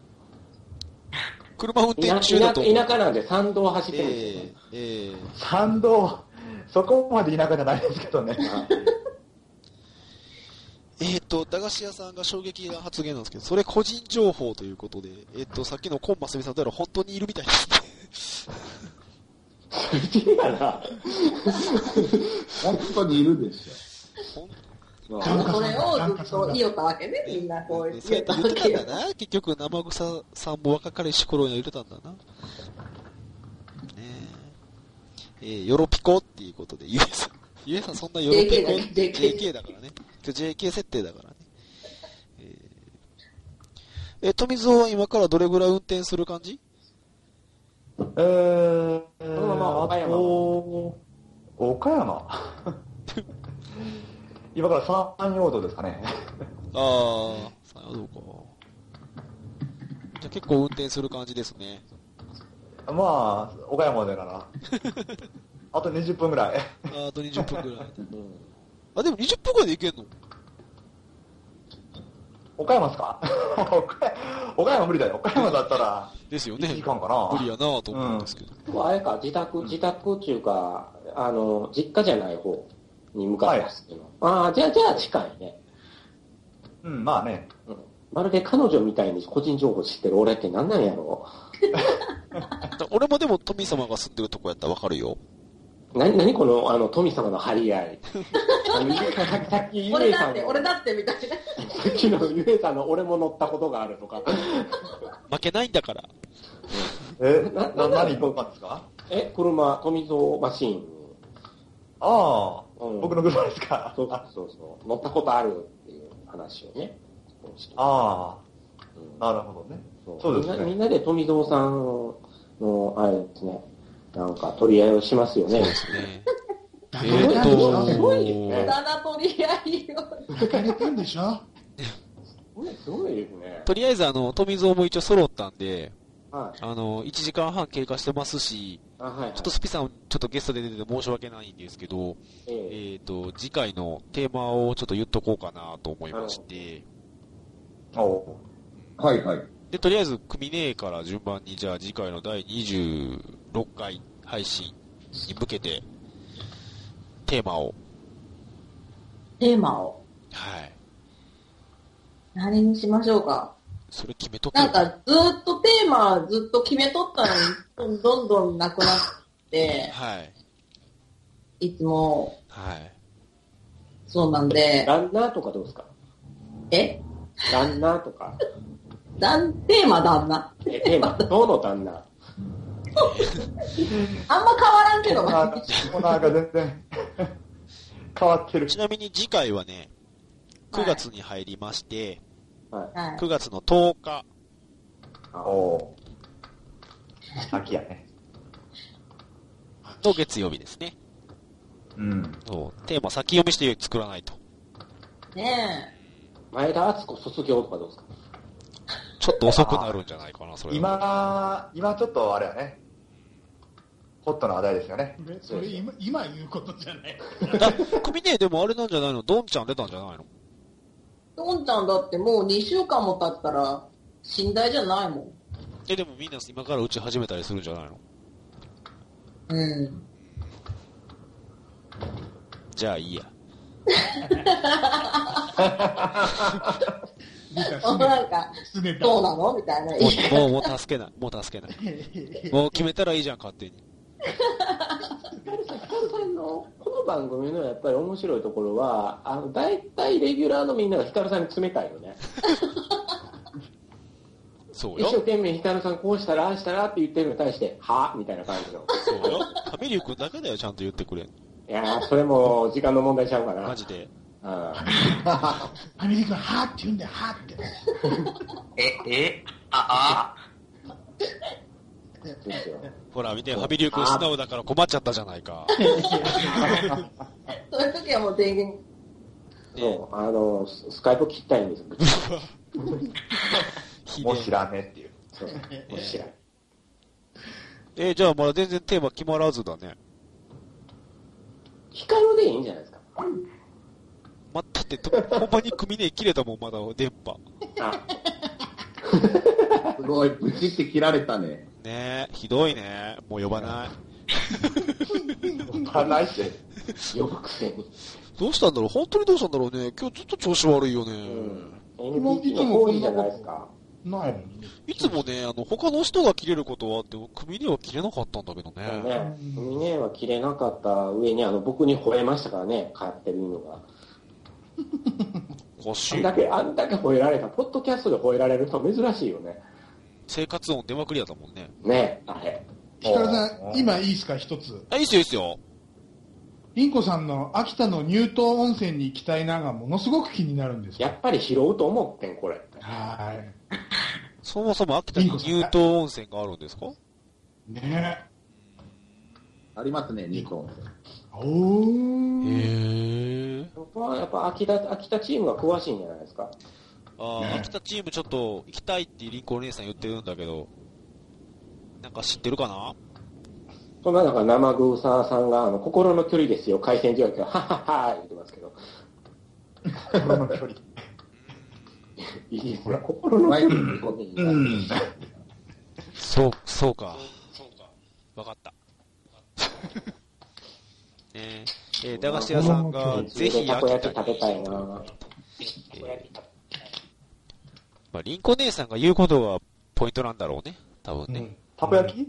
車運転田中だと思う。田舎なんで参道を走ってるんですよえね。ー、えー。参道、そこまで田舎じゃないですけどね。えっ、と、駄菓子屋さんが衝撃な発言なんですけど、それ個人情報ということで、えっ、と、さっきのコンマスミさんとやら本当にいるみたいですね。不思議やな。本当にいるでし ほんょ。ダンカさそんれをずっと言いよったわけね、みんなこうそう言やっってたわ言ってたけんよだ。な。結局、生草さんも若かりし頃には言ってたんだな。ねええーヨロピコっていうことで、ゆえさん。ゆえさんそんなヨロピコ JK だ JK JK だからね。今日 JK 設定だからね。えー、え富蔵は今からどれぐらい運転する感じえー、のまま岡山あと岡山今から山陽道ですかね。ああ、さようか。じゃあ結構運転する感じですね。まあ、岡山までなら。あと20分ぐらい。あと20分ぐらい。あ、でも20分ぐらいで行けんの岡山っすか岡山岡山無理だよ。岡山だったら、ですよ1ね時。間かな。無理やなと思うんですけど。僕はあれか、自宅、自宅中か、あの、実家じゃない方に向かってますけど。ああ、じゃあ、じゃあ近いね。うん、まあね。うんまるで彼女みたいに個人情報知ってる俺って何なんやろ俺もでも富様が住んでるとこやったらわかるよ。な、なにこの、あの、富様の張り合い。さっきさっき、ゆ俺えださんって、の、俺だって、みたいな。さっきのゆえさんの俺も乗ったことがあるとか。負けないんだから。え、なな、なな何行こうかですかえ、車、富蔵マシーン。ああ、うん僕の車ですか。そうあそうそう。乗ったことあるっていう話をね。あうんあ、なるほどね。そうそうですみんねなみんなで富蔵さんの、あれですね、なんか取り合いをしますよね。ね。抱かえれーたっんでしょ、と、すご いですね。だな取り合いを。抱かれたんでしょすごいですね。とりあえずあの、富蔵も一応揃ったんで、はい。あの、1時間半経過してますし、あ、はい、はいちょっとスピさん、ちょっとゲストで出てて申し訳ないんですけど、えええーっと、次回のテーマをちょっと言っとこうかなと思いまして、おはいはい。で、とりあえず、組ねえから順番に、じゃあ次回の第26回配信に向けて、テーマを、テーマを。はい。何にしましょうか。それ決めとけよなんか、ずーっとテーマずっと決めとったのに、どんどんなくなって、はい。いつもはい。そうなんで、ランナーとかどうですかえランナーとか。なんテーマだな。え、テーマ、どうの旦那あんま変わらんけど、コーナーが、コーナーが全然変わってる。ちなみに次回はね、9月に入りまして、はい9月の10日、おおー。秋やね。の月曜日ですね。うん。そうテーマ先読みして作らないと。ね前田敦子卒業とかどうですかちょっと遅くなるんじゃないかな、それは。今、今ちょっとあれやね。ホットな話題ですよね。えそれ今今言うことじゃない。だ組ねえでもあれなんじゃないのドンちゃん出たんじゃないのえ。どんちゃんだってもう2週間も経ったら、寝台じゃないもん。え、でもみんな今から打ち始めたりするんじゃないのうん。じゃあいいや。理科すねなんか、すねた。そうなのみたいな。もう、もう、もう助けない。もう助けない。もう決めたらいいじゃん、勝手に。このこの番組のやっぱり面白いところは、あの、大体レギュラーのみんながヒカルさんに冷たいよね。そう一生よ。懸命ヒカルさんこうしたら、ああしたらって言ってるのに対して、はみたいな感じの。そうよ。亀竜君だけだよ、ちゃんと言ってくれんの。いやー、それも時間の問題ちゃうかな。マジで。あアメリカはーって言うんだよ、はーって。え、え、あ、ーそうですよほら、見て、ファミリュー君素直だから困っちゃったじゃないか。そういう時はもう電源、そう、あの、ススカイプ切ったいんですよ。ひでもう知らねえっていう。そう、お知らん。え。え、じゃあまだ全然テーマ決まらずだね。ヒカルでいいんじゃないですか。まだって、 とほんまに組ねえ切れたもん、まだ電波。あ、すごい、ブチって切られたね。ねえ、ひどいね。もう呼ばない。話して。呼ぶくせに。どうしたんだろう本当にどうしたんだろうね。今日ずっと調子悪いよね。うん。も NPT いつのも行こ為んじゃななこといですか。ないもんね。いつもね、あの、他の人が切れることはあっても、組には切れなかったんだけどねね。、ミネは切れなかった上に、あの、僕に吠えましたからね、飼ってる犬が。おかあしんいだ。け、あんだけ吠えられた、ポッドキャストで吠えられる人珍しいよね。生活音出まくりやったもんね。ねあれ。ヒカルさおん、ー今いいですか、一つ。あ、いいっすよ、いいっすよ。リンコさんの秋田の乳頭温泉に行きたいながものすごく気になるんですよ。やっぱり拾うと思ってん、これ。はそもそも秋田に乳頭温泉があるんですかーい。ねありますね、ニコン。え。おへー。え。僕はやっぱ秋田、秋田チームが詳しいんじゃないですか。あねあ、秋田チームちょっと行きたいってリンコお姉さん言ってるんだけど、なんか知ってるかなそんな中、生グーサーさんが、あの、心の距離ですよ、回線状況、はっはっは、言ってますけど。心の距離。 いいですね、心の距離ってことでいいなうん。そう、そうか。わか った。ねえ、えー駄菓子屋さんが、ぜひた秋こ田焼きに食べたいなまあ、リンコ姉さんが言うことがポイントなんだろうね。多分うね。んたこ焼きい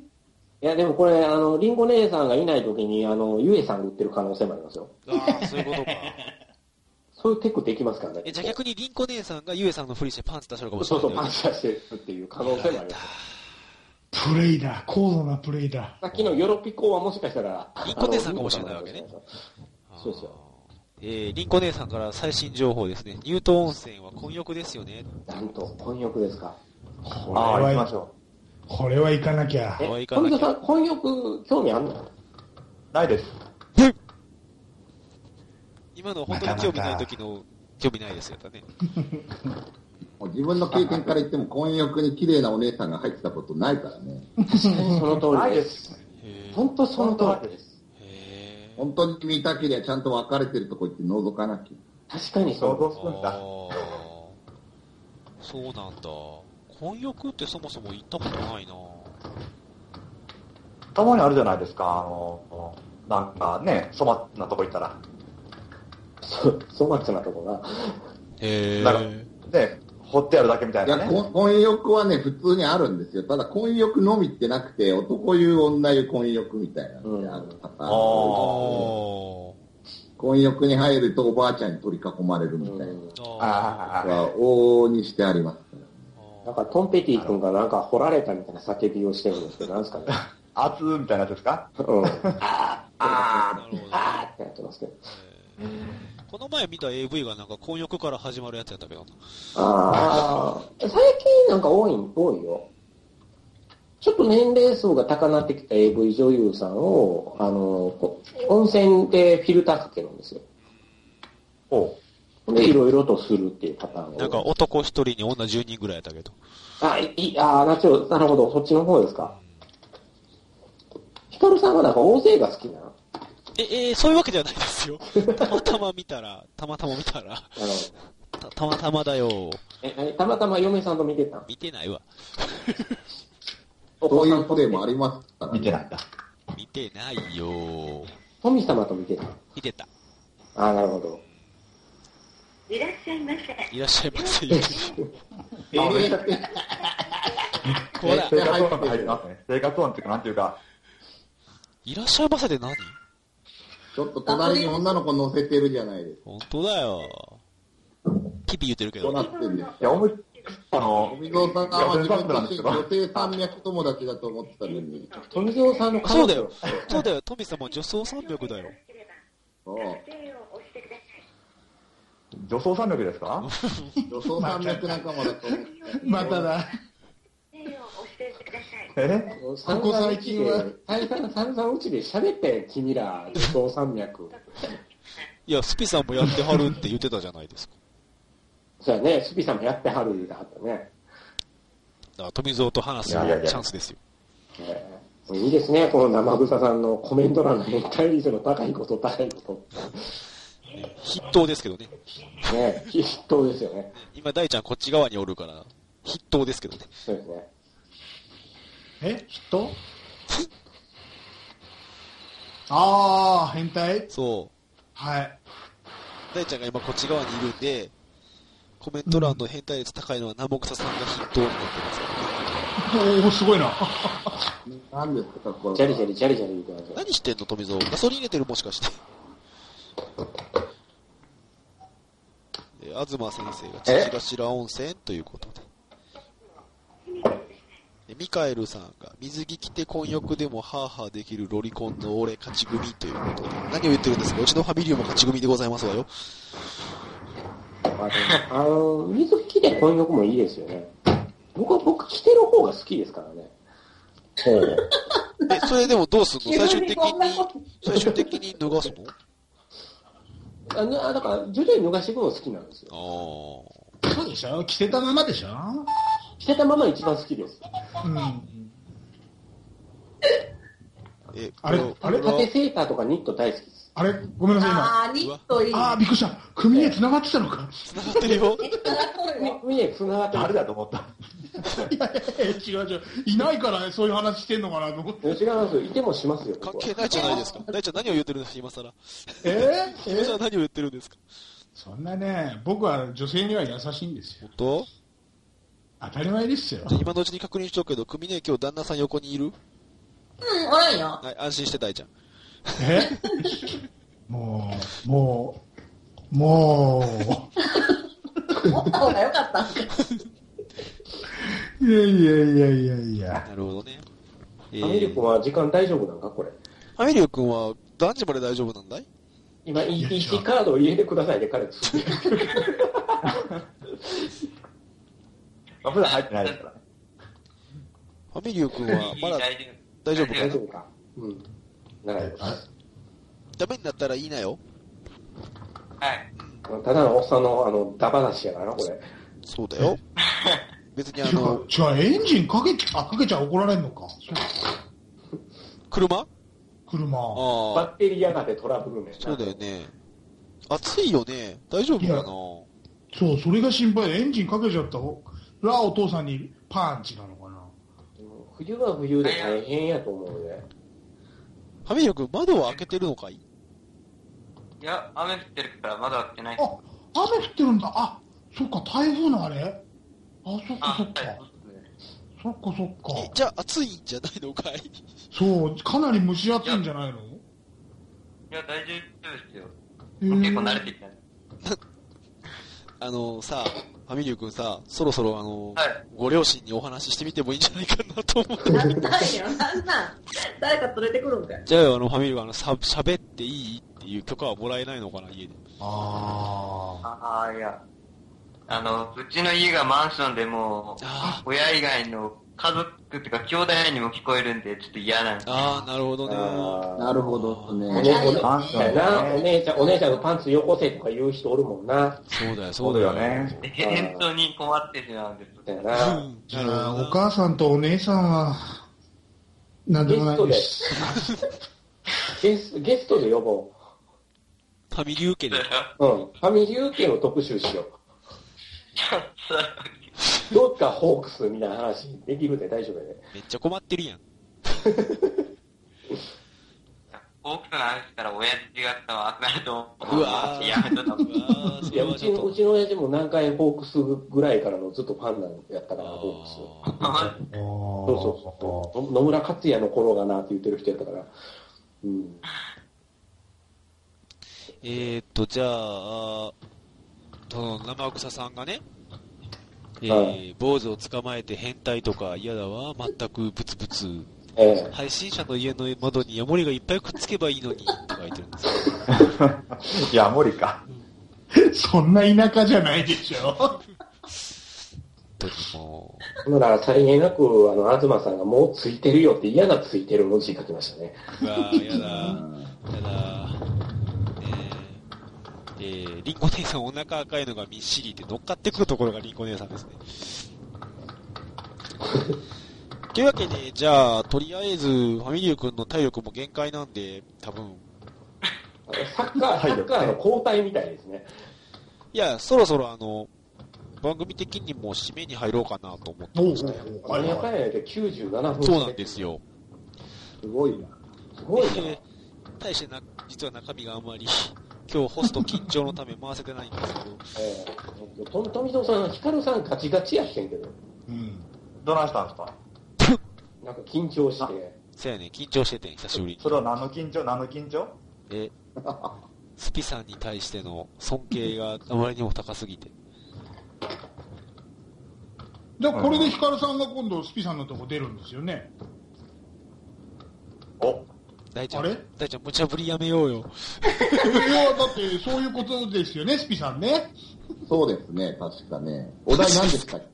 や、でもこれ、あの、リンゴ姉さんがいない時に、あの、ゆえさんが売ってる可能性もありますよ。ああ、そういうことか。そういうテクできますからね。 え、じゃあ逆にリンコ姉さんがゆえさんのふりしてパンツ出したのかもしそれうないそんだよね。う、パンチ出してるっていう可能性もあります。プレイだ。高度なプレイだ。さっきのヨロピコはもしかしたら、リンコ姉さんかもしれないわけね。そうですよあーえー、リンコ姉さんから最新情報ですね。乳頭温泉は混浴ですよね。なんと、混浴ですか。これああ、行きまは、しょこれは行かなきゃ。え、可愛いかな本田さん、混浴興味あんのう。ないです。今の本当に興味ない時の、興味ないですよね。もう自分の経験から言っても、婚浴に綺麗なお姉さんが入ってたことないからね。その通ないりでです。す。へー本当その通りです。へー本当に見たけりゃちゃんと分かれてるとこ行って覗かなきゃ。確かにそ想う。像するんだ。あーそうなんだ。混浴ってそもそも行ったことないなたまにあるじゃないですか、あの、なんかね、そばなとこ行ったら。そ、粗末なとこが。へなんかね、掘ってあるだけみたいいなや、ね。こ混浴はね、普通にあるんですよ。ただ、混浴のみってなくて、男湯、女湯、混浴みたいなのがあるパターン混浴に入るとおばあちゃんに取り囲まれるみたいなのああ、は往々にしてありますから。なんか、トンペティ君がなんか掘られたみたいな叫びをしてるんですけど、なんですかね。熱みたいなやつですかうん。あー、あなるほどー、あーってやってますけど。この前見た AV がなんか混浴から始まるやつやったけどな。ああ、最近なんか多い、多いよ。ちょっと年齢層が高なってきた AV 女優さんを、あの、こ温泉でフィルターかけるんですよ。おう。で、いろいろとするっていうパターンが多いなんか男一人に女10人ぐらいやったけど。あ、いい、あーなちょなるほど、そっちの方ですか。ヒカルさんはなんか大勢が好きなのえ、えーそういうわけではないですよ。たまたま見たら、たまたま見たら、あの、たたまたまだよ。え、何たまたま嫁さんと見てたん見てないわ。そういうプレイもありますから見てね。ないんだ。見てないよ。富様と見てたん見てた。あーなるほど。いらっしゃいませ。いらっしゃいませ。言うてるえーこら、生活音が入ってますね。生活音っていうか、なんていうか、いらっしゃいませで何ちょっと隣に女の子乗せてるじゃないです本当だよ。ピピ言ってるけか。こうなど。ってるんです。いや、思い、あのお、水尾さんは自分自身女性山脈友達だと思ってたの に、富蔵さんの彼そう女だよ。そうだよ。富様、女装山脈だよ。そう女装山脈ですか女装山脈仲間だと思ってまただ。えここ最近は散々、散々うちで喋って、君 ら、武装山脈。いや、スピさんもやってはるって言ってたじゃないですか。そうやね、スピさんもやってはる言うてはったね。だから、富蔵と話すチいやいやいやャンスですよ。えーいいですね、この生草さんのコメント欄の変態率の高いこと、高いこ筆頭ですけどね。と。ね、筆頭ですよね。今、大ちゃんこっち側におるから、筆頭ですけどね。そうですね。え人ああ、変態そう。はい。大ちゃんが今こっち側にいるんで、コメント欄の変態率高いのは南北さんが筆頭になってますからね。おお、すごいな。何ですか、こジャリれジ。ャリ、ジャリジャリ言うてます何してんの、富蔵。ガソリン入れてるもしかして。えー、東先生が、土頭温泉ということで。えミカエルさんが、水着着て混浴でもハーハーできるロリコンの俺勝ち組ということで。何を言ってるんですかうちのファミリーも勝ち組でございますわよ。あの、水着で混浴もいいですよね。僕は僕着てる方が好きですからね。え、それでもどうすんの最終的急にこんなこに、最終的に脱がすのあのあだから、徐々に脱がしていくのが好きなんですよ。あそうでしょ着せたままでしょ着せたまま一番好きです。うん。え、あれこあれ縦セーターとかニット大好きです。あれごめんなさい、今。あー、ニットいい。あー、びっくりした。組合繋がってたのか。繋がってるよ。みえ、つながって誰る。だと思ったいやいやいや違う違う。いないからそういう話してんのかなと思って。違いますよ。いてもしますよ。関僕は係ないじゃないですか。大ちゃん何を言ってるんですか、今更。えー、え大ちゃん何を言ってるんですか。そんなね、僕は女性には優しいんですよ。と当たり前ですよ。今のうちに確認しとくけど、組ね今日旦那さん横にいるうん、おらんよ。はい、安心して大ちゃん。え もう、もう、もおった方がよかったんか。う。いやいやいやいやいや。なるほどね。えアミリ君は時間大丈夫なんかこれ。アミリオ君は男児まで大丈夫なんだい今、いいや違う EC カードを入れてくださいね、彼。まあ普段入ってないですからね。ファミリオ君はまだ大丈大丈夫か大な丈夫か。うん。なるほダメになったらいいなよ。夫。はい。どただのおっさんの、あの、ダバなしやからな、これ。そうだ よ。別にあ違のう、、違う、エンジンかけ、あ、かけちゃ怒られんのか。車あ車。あバ。ッテリーやがてトラブルね。そうだよね。暑いよね。大丈夫かなそう、それが心配で、エンジンかけちゃったら、お父さんにパンチなのかな。冬は冬で大変やと思うね。ファミリオ君、窓は開けてるのかいいや、雨降ってるからまだ開けない。あ、雨降ってるんだ。あ、そっか、台風のあれあ、そっかあ、そはっかい。。そっかそっえか。じゃあ暑いんじゃないのかいそう、かなり蒸し暑いんじゃないのいや、大丈夫ですよ。へもーう結構慣れてきたんで。あのさ、ファミリオ君さ、そろそろあの、はいご両親にお話ししてみてもいいんじゃないかなと思って。なんなんよ、なんなん。誰か連れてくるんかい。 じゃあ、あの、ファミリーは、あの、さ、喋っていいっていう許可はもらえないのかな、家で。あああ、いや。あの、うちの家がマンションでもう、あ親以外の家族っていうか兄弟にも聞こえるんで、ちょっと嫌なんです。あー、なるほどね。なるほどおね。らんよあねそだよな、お姉ちゃん、お姉ちゃんのパンツよこせとか言う人おるもんな。そうだよ、そそううだだよよね。ね。本当に困ってしまうんです。だような。んじなゃるほあ、どおな。母さんとお姉さんは、なんでもないです。ゲスゲストで呼ぼファミリー 受けで。う。うん。ファミリー受けの特集しよそうう。どっかホークスみたいな話できるで大丈夫やね。めっちゃ困ってるやん。多くの話したら親父が多分集めると思うわーいや、ちょっと。あーそいれや、はうちちょっの、うと。ちの親父も何回ホークスぐらいからのずっとファンなんやったから、ホークス。あーそうそうそう。野村克也の頃がなって言ってる人やったから。うん。えーっと、じゃあ、その、生草さんがね、えはー、坊主を捕まえて変態とか嫌だわ、全くブツブツ。ええ。配信者の家の窓にヤモリがいっぱいくっつけばいいのに、とか言ってるんですよ。 いや、無理か。そんな田舎じゃないでしょ。本当にもほんなら、さりげなく、あの、東さんがもうついてるよって嫌なついてるの字書きましたね。う、うわー、やだ。ただ、えー、えー、リンコ姉さんお腹赤いのがみっしりって乗っかってくるところがリンコ姉さんですね。というわけで、じゃあ、とりあえず、ファミリュー君の体力も限界なんで、多分、サッカー、サッカーの交代みたいですね。いや、そろそろあの、番組的にも締めに入ろうかなと思ってまして。あれやかんやで97分。そうなんですよ。すごいな。すごいな。えー対してな、実は中身があんまり、今日ホスト緊張のため回せてないんですけど、ええと富蔵さん、ヒカルさんガチガチやしてんけど、うん。どないしたんですかなんか緊張して、そやね、緊張しててん、久しぶりにそ。れは何の緊張何の緊張え、スピさんに対しての尊敬があまりにも高すぎて。じゃあ、これでヒカルさんが今度、スピさんのとこ出るんですよね。お、大ちゃあれん、大ちゃん、無茶ぶりやめようよ。それはだって、そういうことですよね、スピさんね。そうですね、確かね。お題何でしたっけ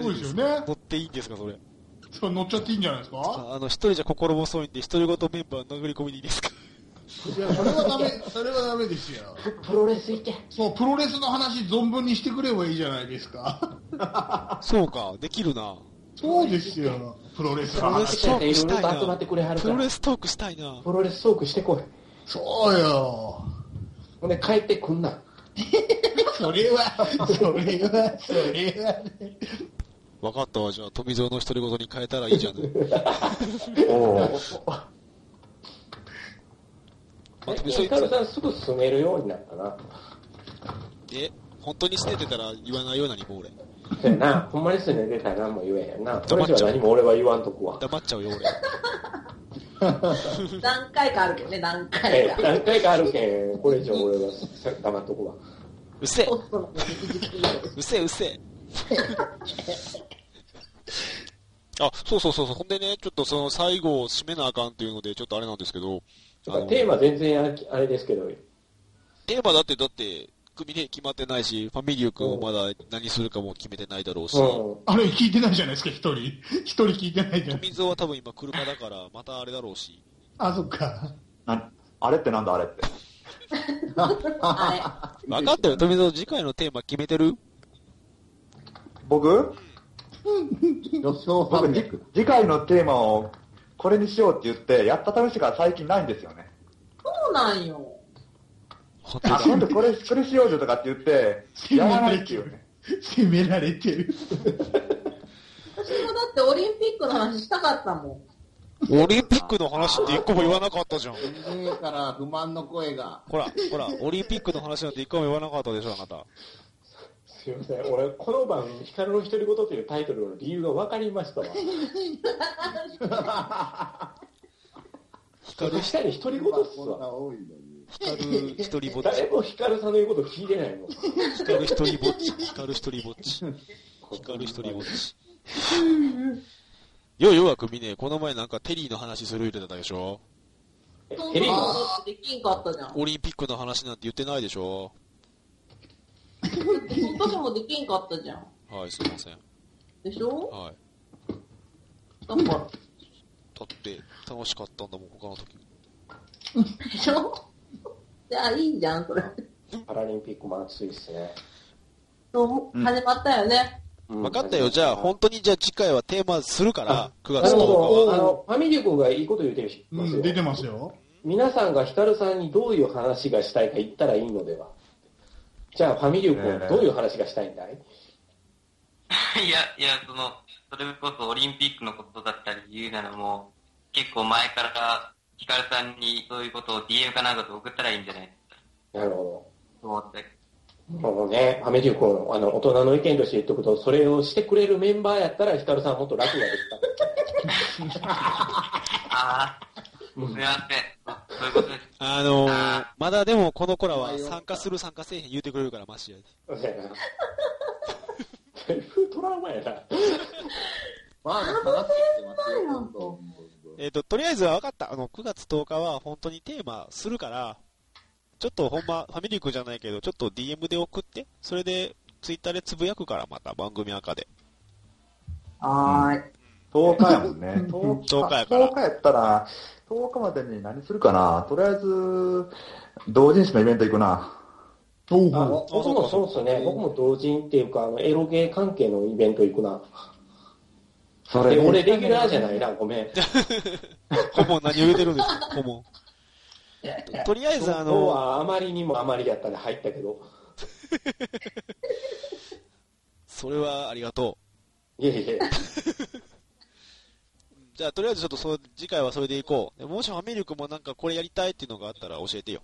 そうですよねマジか乗っていいんですか、それ。そう乗っちゃっていいんじゃないですかああの、一人じゃ心細いんで、一人ごとメンバー殴り込みでいいですか。いや、それはダメ、それはダメですよ。プロレス行け。そう、プロレスの話存分にしてくればいいじゃないですか。そうか、できるな。そうですよ。プロレスプのロレ話。ストークしたい集まってくれはな。るプからロレストークしたいな。プロレストークしてこい。そうよ。ほんで帰ってくんな。 それは、それは、それはね。わかったわ、じゃあ、富蔵の独り言に変えたらいいじゃない。おーまあ富イ蔵カルさんすぐ進めるようになったな。え、本当に捨ててたら言わないようなに、もう俺。そうやな、ほんまにすね出たら何も言えへんな。黙俺っじちゃうゃ何も俺は言わんとくわ。黙っちゃうよ、俺。何回かあるけどね、何回え か。何回かあるけん、これ以上俺は黙っとくわ。うっせえ、ホストの時々言ううっせえ、うっせえ。 あ、そうそうそうそう。ほんでね、ちょっとその最後を締めなあかんっていうので、ちょっとあれなんですけど、だからテーマ全然あれあれですけど、テーマだって、だって、組ね、決まってないし、ファミリュー君もまだ何するかも決めてないだろうし、うあれ聞いてないじゃないですか、一人。一人聞いてないじゃない富蔵は多分今車だから、またあれだろうし、あ、そっか。なあれってなんだあれって。あ分かったよ、富蔵、次回のテーマ決めてる僕予想僕じ300。次回のテーマをこれにしようって言って、やった試しが最近ないんですよね。 れそうなんよ。本当あ、だ今度これ、これしようよとかって言って、やらないっていうね。責められてる。私もだってオリンピックの話したかったもん。オリンピックの話って一個も言わなかったじゃん。全米から不満の声が。ほら、ほら、オリンピックの話なんて一個も言わなかったでしょ、あなた。すいません、俺、この番組、光の独り言というタイトルの理由が分かりましたわ。光確かに独り言っすこんなわ。多いのに。光る一人ぼっち誰。も光さんの言うこと聞いてないもん。光る一人ぼっち。光る一人ぼっち。光る一人ぼっち。ようようくみね、この前なんかテリーの話する言ってたでしょえそんテなリーこの、とってできんかったじゃん。オリンピックの話なんて言ってないでしょ今年もできんかったじゃん。はい、すいません。でしょはい。だから、だって、楽しかったんだもん、他の時。でしょじゃあいいじゃん、それ。パラリンピックも熱いっすね。そううん始まったよね。分かったよ、じゃあ、本当にじゃあ次回はテーマするから、9月当なる10ほ日は。ど。あの、ファミリー君がいいこと言うてるし、うん、出てますよ。皆さんが光さんにどういう話がしたいか言ったらいいのでは。じゃあ、ファミリー君、どういう話がしたいんだいいや、いや、その、それこそオリンピックのことだったり言うならもう、結構前から、ヒカルさんにそういうことを DM かなんかで送ったらいいんじゃないなるほと思って。ど。もうね、ファミリー君、あの、大人の意見として言っとくと、それをしてくれるメンバーやったら、光さんもっと楽ができた。ああ、すいません。そういうことです。あのー、まだでもこの子らは参加する参加せえへん言うてくれるから、マシやで。そうやな。セルフトラウマやな。バーが下がってきてますよ、どんどんどんどんえっ、と、とりあえずは分かった。あの、9月10日は本当にテーマするから、ちょっとほんま、ファミリー君じゃないけど、ちょっと DM で送って、それで、ツイッターでつぶやくから、また番組赤で。 はーい。 10日やもんね。10 10日やから10日やったら、10日までに何するかな。とりあえず、同人誌のイベント行くな。東あ方。僕もそうっすね。僕も同人っていうか、あの、エロゲー関係のイベント行くな。そで、俺レギュー。ラーじゃないな、ごめん。顧問何を言うてるんですか、顧問。ととりあえず、あ今日の、はあまりにもあまりやったんで入ったけど。それはありがといえいえ。う。じゃあ、とりあえずちょっとそう、次回はそれでいこう。でもしファミリー君もなんかこれやりたいっていうのがあったら教えてよ。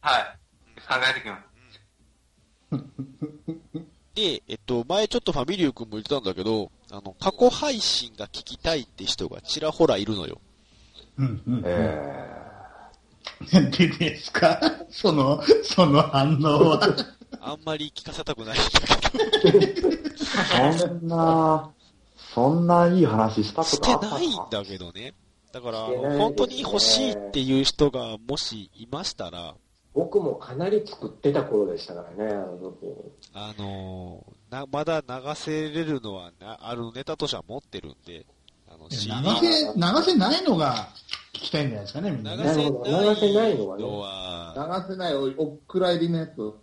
はい。考えてきます。で、えっと、前ちょっとファミリー君も言ってたんだけど、あの、過去配信が聞きたいって人がちらほらいるのよ。うん、うん。えなんでですかその、その反応は。あんまり聞かせたくない。 ー、そんな、そんないい話したこしてとあったかないんだけどね。だから、あしてないですのね本当に欲しいっていう人がもしいましたら、僕もかなり作ってた頃でしたからね、あの時あのーな、まだ流せれるのはな、あるネタとしては持ってるんで、あの、流 CD、せ、流せないのがきたいんじゃないですかね、みんな流ね。せ流せなないいののははね流せないおお蔵入りのやつを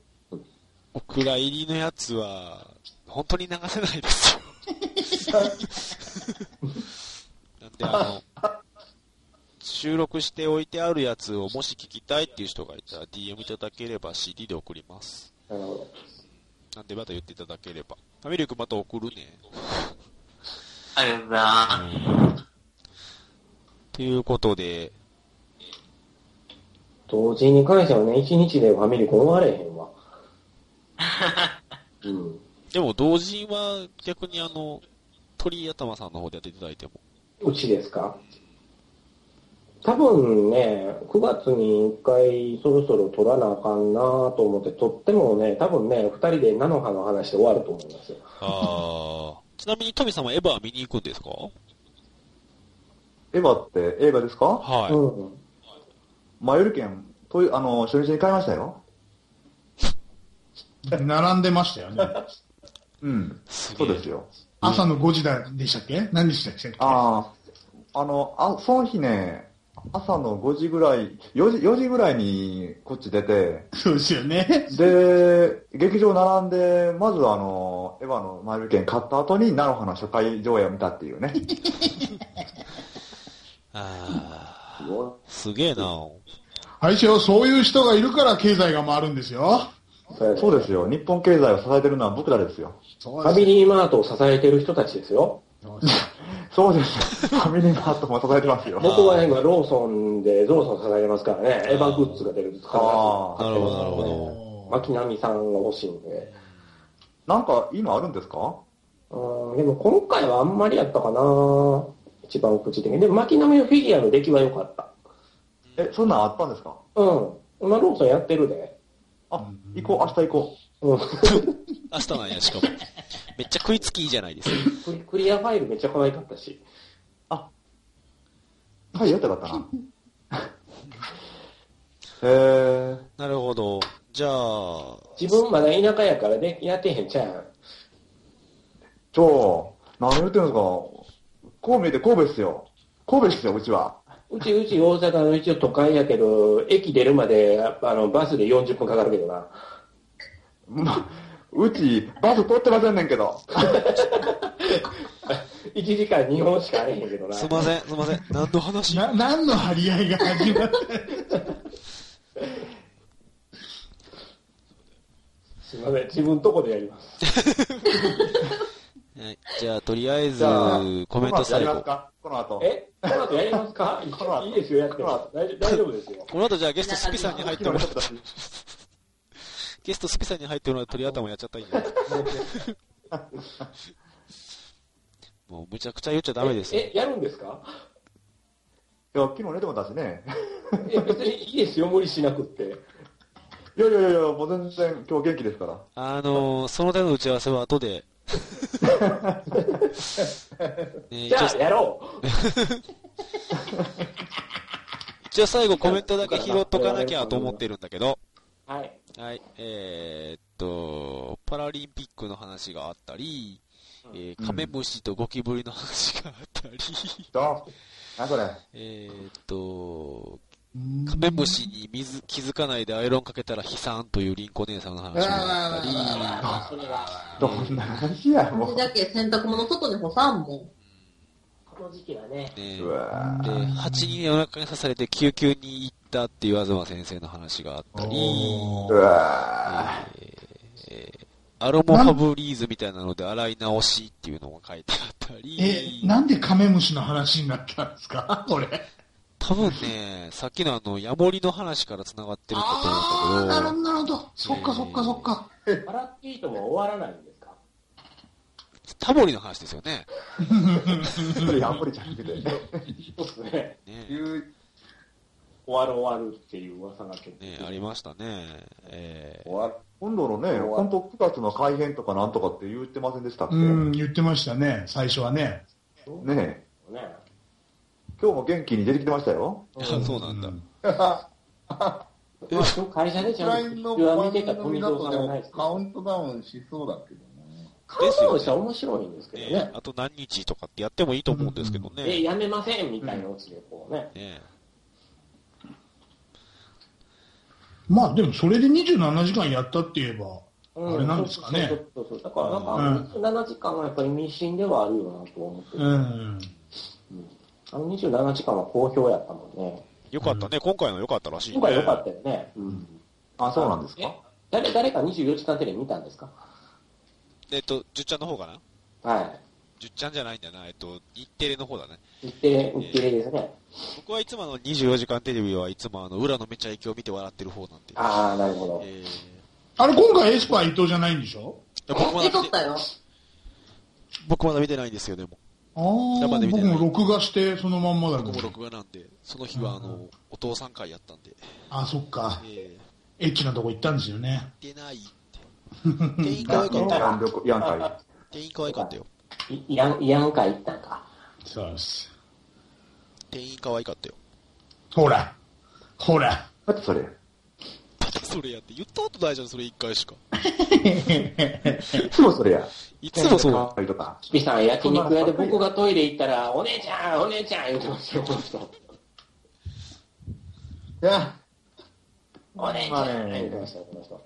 お蔵入りのやつは、本当に流せないですよ。 なんで、あの、収録しておいてあるやつをもし聞きたいっていう人がいたら DM いただければ CD で送ります。なるほど。なんでまた言っていただければ。ファミリー君また送るね。ありがとうございまということで、同時に関してはね、一日でファミリー困れへん わ。うん。でも同人は逆にあの、鳥頭さんの方でやっていただいても。うちですか多分ね、9月に一回そろそろ取らなあかんなと思って、取ってもね、多分ね、二人で菜の葉の話で終わると思いますよ。あー。ちなみにトミさんはエヴァ見に行くんですかエヴァって映画ですかはうい。ん。前より券、といあの、初日に買いましたよ。並んでましたよね。うん。すげそえうですよ。朝の5時だでしたっけ何時でしたっけああ、あの、あ、その日ね、朝の5時ぐらい、4時、4時ぐらいにこっち出て、そうですよね。で、劇場並んで、まずあの、エヴァの前売り券買った後に、菜の花初回上映を見たっていうね。あすごー。すげえなあれですよ、そういう人がいるから経済が回るんですよ。そうそうす。ですよ。日本経済を支えてるのは僕らですよ。そフうァでミリーマートを支えてる人たちですよ。そうです。 ファミリーマートも支えてますよ。僕は今、ローソンで、ローソン支えてますからね、エヴァグッズが出るとあなあ、るほど、なるほすど。巻波さんが欲しいんで。なんかいいのあるんですかうん、でも今回はあんまりやったかな一番口的に。でも巻波のフィギュアの出来は良かった。え、そんなんあったんですかうん。今、ローソンやってるで。あ、行こう、明日行こうん。 明日なんや、しかも。めっちゃ食いつきいいじゃないですか。クリクリアファイルめっちゃ可愛かったし。う。はい、やったらよかったな。へなるほど。じゃあ、自分まだ田舎やからで、やってへんちゃうん。え、じゃあ、何言ってるんですかこう見えて神戸っすよ。神戸っすよ、うちは。 うち、うち大阪の一応都会やけど、駅出るまで、あの、バスで40分かかるけどな。ま、うち、バス通ってませんねんけど。 1時間2本しかあれへんけどな。すいません、すいません。何の話な何の張り合いが始まったすいません。自分とこでやります。はいじゃあ、とりあえずじゃあ、、コメントこの後や最りま後す。かこの後。えこの後やりますか いこの後いですよ、やってもこの後大丈夫大丈夫です よ。この後じゃあゲストスピさんに入ってもらうちょっと待ってゲストスピさんに入ってもらう鳥頭やっちゃったらいいんじゃないですかもうむちゃくちゃ言っちゃダメですよ。え、えやるんですかいや、昨日寝てもたしね。いや、別にいいですよ、無理しなくって。いやいやいや、もう全然今日元気ですから。あのー、その手の打ち合わせは後 で。ねじ一ゃ応あ、やろう一応最後コメントだけ拾っとかなきゃと思ってるんだけど。 はい。はい、えーっと、パラリンピックの話があったり、えーカメムシとゴキブリの話があったり、どう何それ。えーっと、カメムシに水気づかないでアイロンかけたら悲惨というリンコ姉さんの話があったり、それは。どんな話や、も私う。だけ洗濯物外に干さんもん。この時期はね、ねうわで、蜂にお腹に刺されて救急に行ったっていう東先生の話があったり、ーうわアロモファブリーズみたいなので洗い直しっていうのが書いてあったえり、、なんでカメムシの話になったんですかこれ。多分ね、さっきのあの、ヤモリの話から繋がってるんだと思あうんー、だけなどるほ、ど、なるほど。そっかそっかそっか。パラッキートも終わらないんですかタモリの話ですよね。それヤンボリちゃん来てて。そうですね。ねいう終わる終わるっていう噂が結構。ねありましたね。え終わる今度のね、本当9月の改編とかなんとかって言ってませんでしたっけ、うん、言ってましたね、最初はね。ねえね。今日も元気に出てきてましたよ。ーあそうなんだ。まあ、今日会社でちゃんのと一応見てた番組富だ蔵とさでんがなもいですけカど。ウントダウンしそうだけどね。カウントしたら面白いんですけどねね。あと何日とかってやってもいいと思うんですけどで、ね。やめませんみたいなオチでこうね。ねまあでもそれで27時間やったって言えば、うあれなんですかねそうそうそうそうだからなんか、27時間はやっぱりミシンではあるよなと思って、うん。あの27時間は好評やったもんね。よかったね。今回の良かったらしいね。今回良かったよね。うん。あ、そうなんですか誰、誰か24時間テレビ見たんですかえっと、じゅっちゃんの方かなはじゅっちゃんじゃないんだな。えっと、日テレの方だね。い。日テレ、日テレですね。僕はいつもあの24時間テレビはいつもあの裏のめちゃイケを見て笑ってる方なんで。ああ、なるほど。えー、あれ今回エスパー伊藤じゃないんでしょ僕ま見だと見ってたよ。僕まだ見てないんですよ、でも。ああ、生で見て僕ないも録画してそのまんまだけ僕もど。録画なんで、その日はあの、お父さん会やったんで。あ、そっか。えエッチなとこ行ったんですよね。ー、出ないって。店員可愛かったよ。やん旅行やんか店員可愛かったよ。いイアン、イアン会行ったんか。そうです。店員可愛かったよ。 ほら。ほら。い。だってそれ。だってそれやって、言ったことないじゃん、それ一回しか。いつもそれや。いつもそうだ。う。とか。キピさん、焼肉屋で僕がトイレ行ったら、お姉ちゃん、お姉ちゃん言うてますよ、この人。いや、お姉ちまあゃんね言うてましたよ、この人。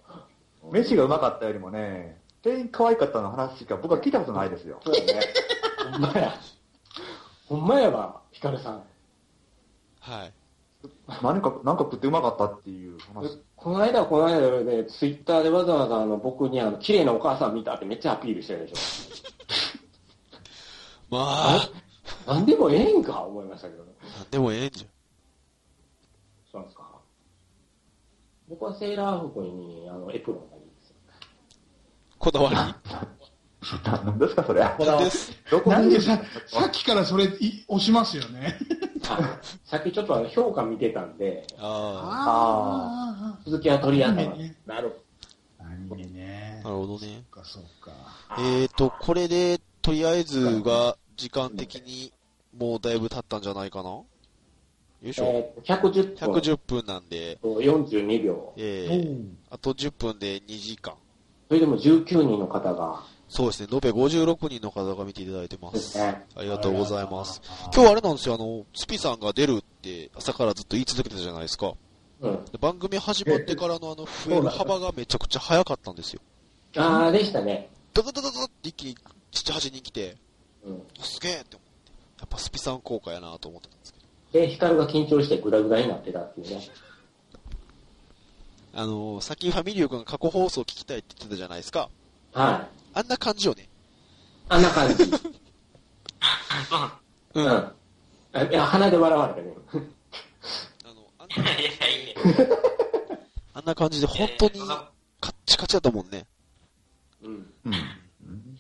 飯がうまかったよりもね、店員可愛かったの話しか僕は聞いたことないですよ。そうだね。ほんまや。ほんまやわ、ヒカルさん。はい。何か、何か食ってうまかったっていう話。この間はこの間で、ツイッターでわざわざあの僕にあの、綺麗なお母さん見たってめっちゃアピールしてるでしょ。まあ、なんでもええんか、思いましたけどね。なんでもええんじそうなんですか。僕はセーラー服に、あの、エプロンがいいですよ。ゃん。こだわり。何ですかそれ。なんです。どこなんでさ、さっきからそれい押しますよね。あさっきちょっとあの、評価見てたんで、ああ続きは取り上げまいいねす。なるあ。何ねあ、な。るほどね。そっか、そっか。えーと、これで、とりあえずが、時間的に、もうだいぶ経ったんじゃないかなよいしほど。ょ。えー、110分110分なんで、と42秒。えおー、うあと10分で2時間。それでも19人の方が、そうですね、延べ56人の方が見ていただいてまですす。ね。ありがとうございます。今日あれなんですよ、あの、スピさんが出るって朝からずっと言い続けてたじゃないですか。うん。で番組始まってからのあの、増える幅がめちゃくちゃ早かったんですよ。ああ、でしたね。ドドドドドって一気に7、8人来て、うん。すげえって思って。やっぱスピさん効果やなと思ってたんですけど。で、ヒカルが緊張してグダグダになってたっていうね。あのー、さっきファミリュー君が過去放送聞きたいって言ってたじゃないですか。はい。あんな感じよね。あんな感じ。そうなんううん。ああいや、鼻で笑われたね。の、あんなですいやいやいや。あんな感じで本当にえーそんなカッチカチだったもんね。うん。あ。うん。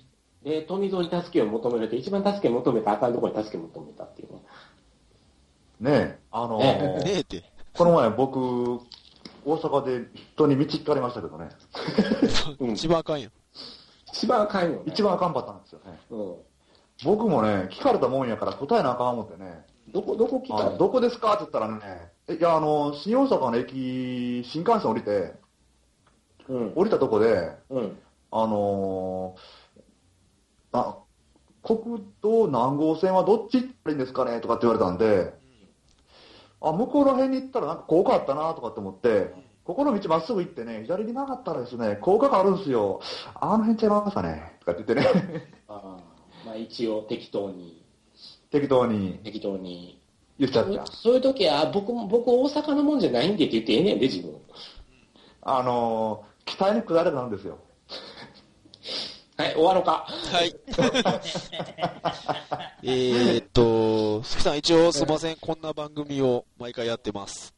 で、富蔵に助けを求められて、一番助け求めたあかんところに助け求めたっていうね。ねえ、あのねー、えって。この前僕、大阪で人に道聞かれましたけどね。うん一番あかんやん。一番あかんよ、ね。一。番あかんパターンですよね。うん。僕もね、聞かれたもんやから答えなあかん思ってね。どこ、どこ聞あかのどこですかって言ったらね、えいや、あの、新大阪の駅、新幹線降りて、うん。降りたとこで、うん。あのーあ、国道何号線はどっち行ったらいいんですかねとかって言われたんで、あ、向こうら辺に行ったらなんか高架あったなとかって思って、ここの道まっすぐ行ってね、左に曲がったらですね、高架があるんですよ。あの辺ちゃいますかねとかって言ってね、 ああ。まあ一応適当に、適当に適当に。言っちゃった。そういう時は、僕も、僕大阪のもんじゃないんでって言ってええねんで、自分。あのー、期待に下れたんですよ。はい、終わろうか。はい。 えーっと、すきさん、一応すいません、こんな番組を毎回やってます。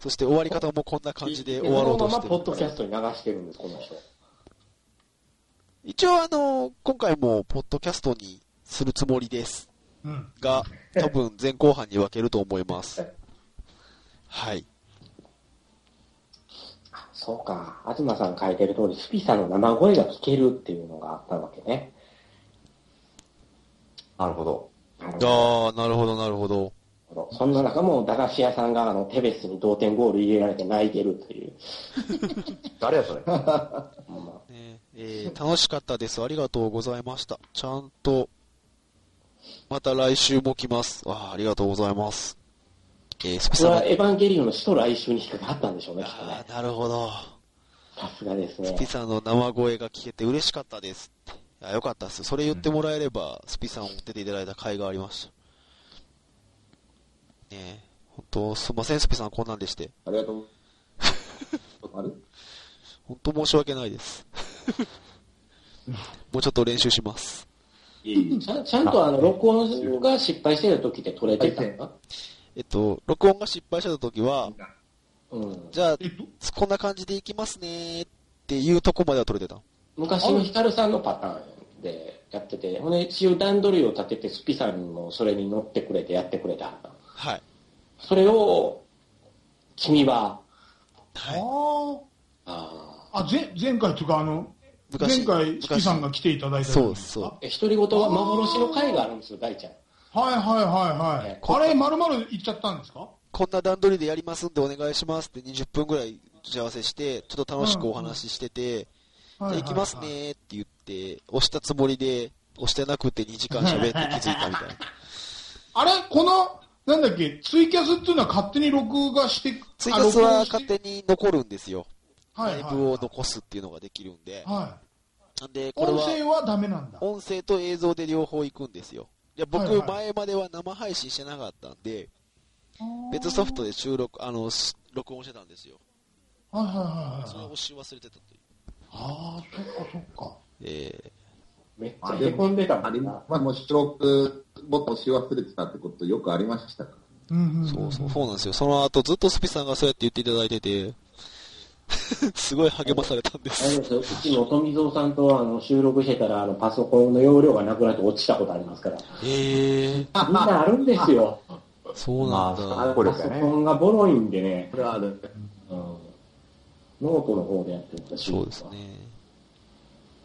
そして終わり方もこんな感じで終わろうとしてそのままポッドキャる。ストに流してるんです、この人。一応、あの、今回も、ポッドキャストにするつもりです。うん。 が、多分前後半に分けると思います。はい。そうか。東さん書いてる通り、スピさんの生声が聞けるっていうのがあったわけね。なるほど。なるほどああ、なるほど、なるほど。そんな中も、駄菓子屋さんが、あの、テベスに同点ゴール入れられて泣いてるという。誰やそれ。ほんまねえー楽しかったです。ありがとうございました。ちゃんと、また来週も来ます。あーありがとうございます。えー、スピそされんはは、エヴァンゲリオンの死と来襲に引っかかったんでしょうね、きっとあね。ーなるほど。さすがですねスピ。さんの生声が聞けて嬉しかったですって。あ、よかったっす。それ言ってもらえれば、スピさんを出ていただいた甲斐がありました。ねえ、本当すいません、スピさんこんなんでして。ありがとう。あれ本当申し訳ない です。もうちょっと練習します。ちゃんちゃんとあの、録音が失敗してる時って取れてたのかえっと、録音が失敗した時は、うん。じゃあ、こんな感じでいきますねっていうとこまでは取れてた。昔のヒカルさんのパターンでやってて、ほんで集団取りを立ててスピさんもそれに乗ってくれてやってくれた。はい。それを、君は、はい。あああぜ前回というかあの昔前回四季さんが来ていただいた時そうですそうはーえ独り言は幻の回があるんですよ、大ちゃん。いはいはいはいねあれまるまる行っちゃったんですかこんな段取りでやりますんでお願いしますって20分ぐらい打ち合わせして、ちょっと楽しくお話ししてて、はじゃあ行きますねーって言って、押したつもりで、押してなくて2時間喋って気づいたみたい な。あれこのなんだっけツイキャスっていうのは勝手に録画してツイキャスは勝に手に残るんですよ。はラいイはいブを残すっていうのができるんで。はなんで、いこれ音は声はダメなんだ音声と映像で両方行くんですよ。いや、僕はいはい前までは生配信してなかったんで、別ソフトで収録、あの、し録音してたんですよ。はいはいはいそはれいをし忘れてたという。ああそっかそっかえーめっちゃ凹んでたもあれんまな。あ、もう出力ボタン押し忘れてたってことよくありましたかうんうんんそうそう、そうなんですよ。その後ずっとスピさんがそうやって言っていただいてて、 すごい励まされたんであれす。ですようちの富蔵さんとあの収録してたら、あのパソコンの容量がなくなって落ちたことありますから。ええみんなあるんですよ。そうなまんあ、だ。これパでソねコ。ンがボロいんでね、これはある。うんノートの方でやってたし。そうですね。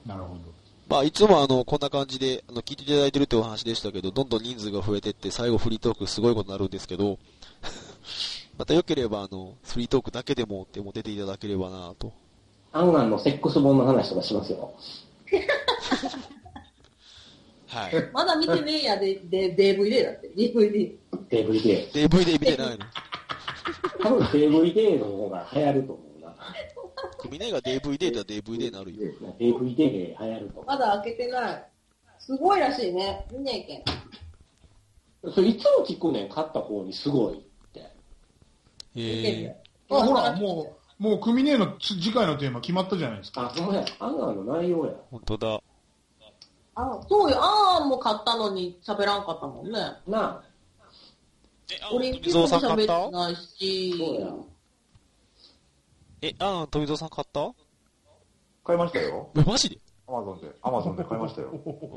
なるほどまあ、いつもあの、こんな感じで、あの、聞いていただいてるってお話でしたけど、どんどん人数が増えてって、最後フリートークすごいことになるんですけど、 また良ければ、あの、フリートークだけでも、でも出ていただければなと。アンアンのセックス本の話とかしますよ。はい。まだ見てねえやで、で、DVD だって。DVD。 DVD。 DVD 見てないの。多分 DVD の方が流行ると思うな。みんなが DVD だ DVD になるよ。 DVD で流行ると思まだ開けてない。すごいらしいね。見ねえけん。う。それいつも聞くねん、勝った方にすごいって。見てみよえうあほらもうもう組ねえのつ次回のテーマ決まったじゃないですかあ、ほんまや。アンアンの内容や。本当だ。あ、そうよ。あーも買ったのに喋らんかったもんね。なあ、オリンピックも喋ってないそうしや。。え、あー、富蔵さん買った買いましたよ。 え、マジでアマゾンで。アマゾンで買いましたよ。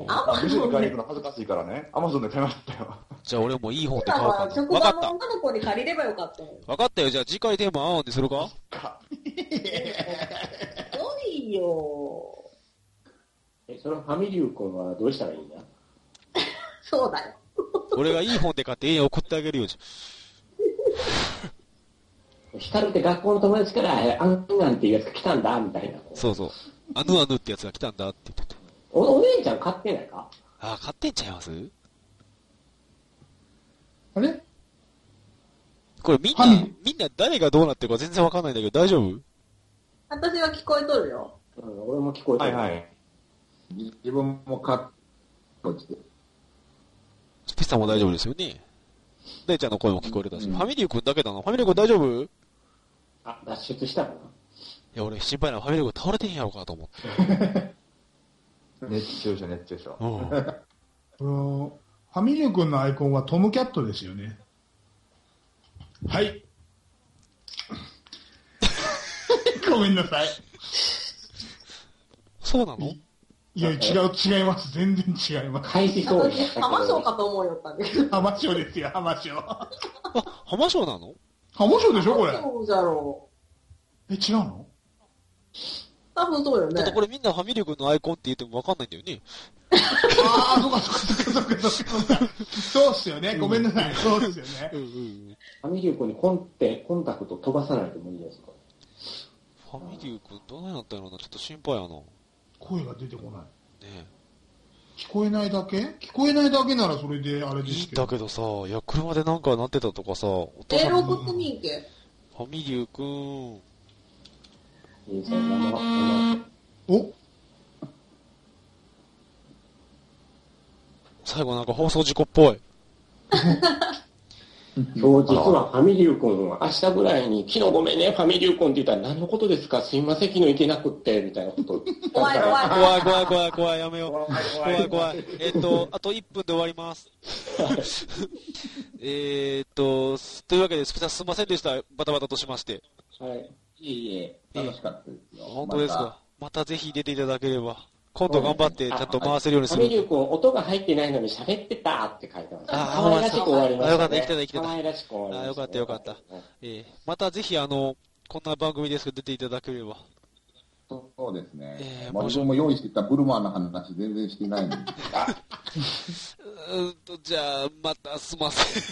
あ、店に買いに行くの恥ずかしいからね。アマゾンで買いましたよ。じゃあ俺もいい本でだ買おうかはな。職わか場っのた。女の子に借りればよかったのよ。わかったよ。じゃあ次回テーマ合うんでするかすごいよ。え、そのファミリュー君はどうしたらいいんだそうだよ。俺がいい本で買って家に送ってあげるよ。じゃ光って学校の友達から、えアンアンっていうやつが来たんだ、みたいな。あそうそう。あぬあぬってやつが来たんだって言ってて。おお姉ちゃん買ってないかあー、買ってんちゃいますあれこれみんな、はいみんな誰がどうなってるか全然わかんないんだけど大丈夫私は聞こえとるよ。うん、俺も聞こえてはる。いはい。自分も買って落ちて。スピッさんも大丈夫ですよね。大ちゃんの声も聞こえるだし。うんファミリー君だけだな。ファミリー君大丈夫いあ、脱出したかなや、俺心配なのファミリー君倒れてへんやろうかと思って。熱中症、熱中症。うん。このファミリュー君のアイコンはトムキャットですよねはい ごめんなさいそうなのいや違う違います全然違います返しそうになった私、けど浜松かと思うよったんだけど。浜町ですよ浜町浜あ、浜章なの町でしょこれそうじゃろえ違うのう。多分そうよだってねこ。れみんなファミリー君のアイコンって言ってもわかんないんだよね。ああ そっかそっかそっかそっかそっかそうっすよねごめんなさいそうっすよねうんうん。ファミリュー君にコンテ、コンタクト飛ばさないと無理ですかファミリー君どうなったんやろうな。ちょっと心配やな。ね声が出てこないえ。聞こえないだけ聞こえないだけならそれであれでいいすんけだど。けどさ、いや、車でなんかなってたとかさ、お父メさーん、ルフ送ってみんけ。ァミリューくん。お最後なんか放送事故っぽい。今日実はファミリュー君は明日ぐらいに、昨日ごめんね、ファミリュー君って言ったら何のことですかすいません、昨日行けなくって、みたいなこと。怖い怖い。怖い怖い怖い怖い、やめよう。怖い怖い。えっ、と、あと1分で終わり ます。えっと、というわけです、すすみませんでした。バタバタとしまして。はい。いえいえ、楽しかったですよ。本当ですまか。またぜひ出ていただければ。今度頑張って、ちゃんと回せるようにフすァミリる。ュー君、音が入ってないのに喋ってたって書いてました。あー可愛らしく終わりました、ね。よかった生きてた生きてた可愛らしく終わりました、あーよかったよかえーまたぜひ、あの、こんな番組ですけど、出ていただければ。た。そうですね。えーまあ僕も用意してたブルマーの話全然してないんで。うーんと、じゃあ、またすみま せん。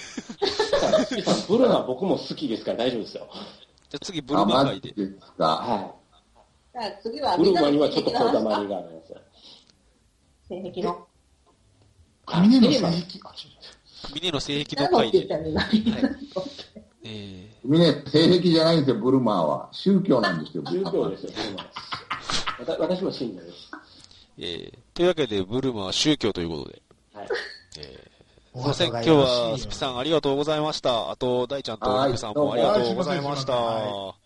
た。さん、ブルマ僕も好きですから大丈夫ですよ。じゃあ次、 ブルあ、ママ会ジで。ですか。は。じゃあ次はいブルみんなマのにはちょっと性こ癖だのま話りか。があるんですよ。 性癖の。みんなのテーマ性癖。あ峰の性癖のなんのっ会て言っで。たらみんな。えーみね、性癖じゃないんですよ、ブルマーは。宗教なんですよ、ブ宗ルマー教はですよ、ブルマわた私も信者です。えーというわけで、ブルマは宗教ということで。はい。おすいません、今日互いらしいよはスピさんありがとうございました。あと、大ちゃんとはいリクさんもありがとうございました。どうもはいすいませんすいません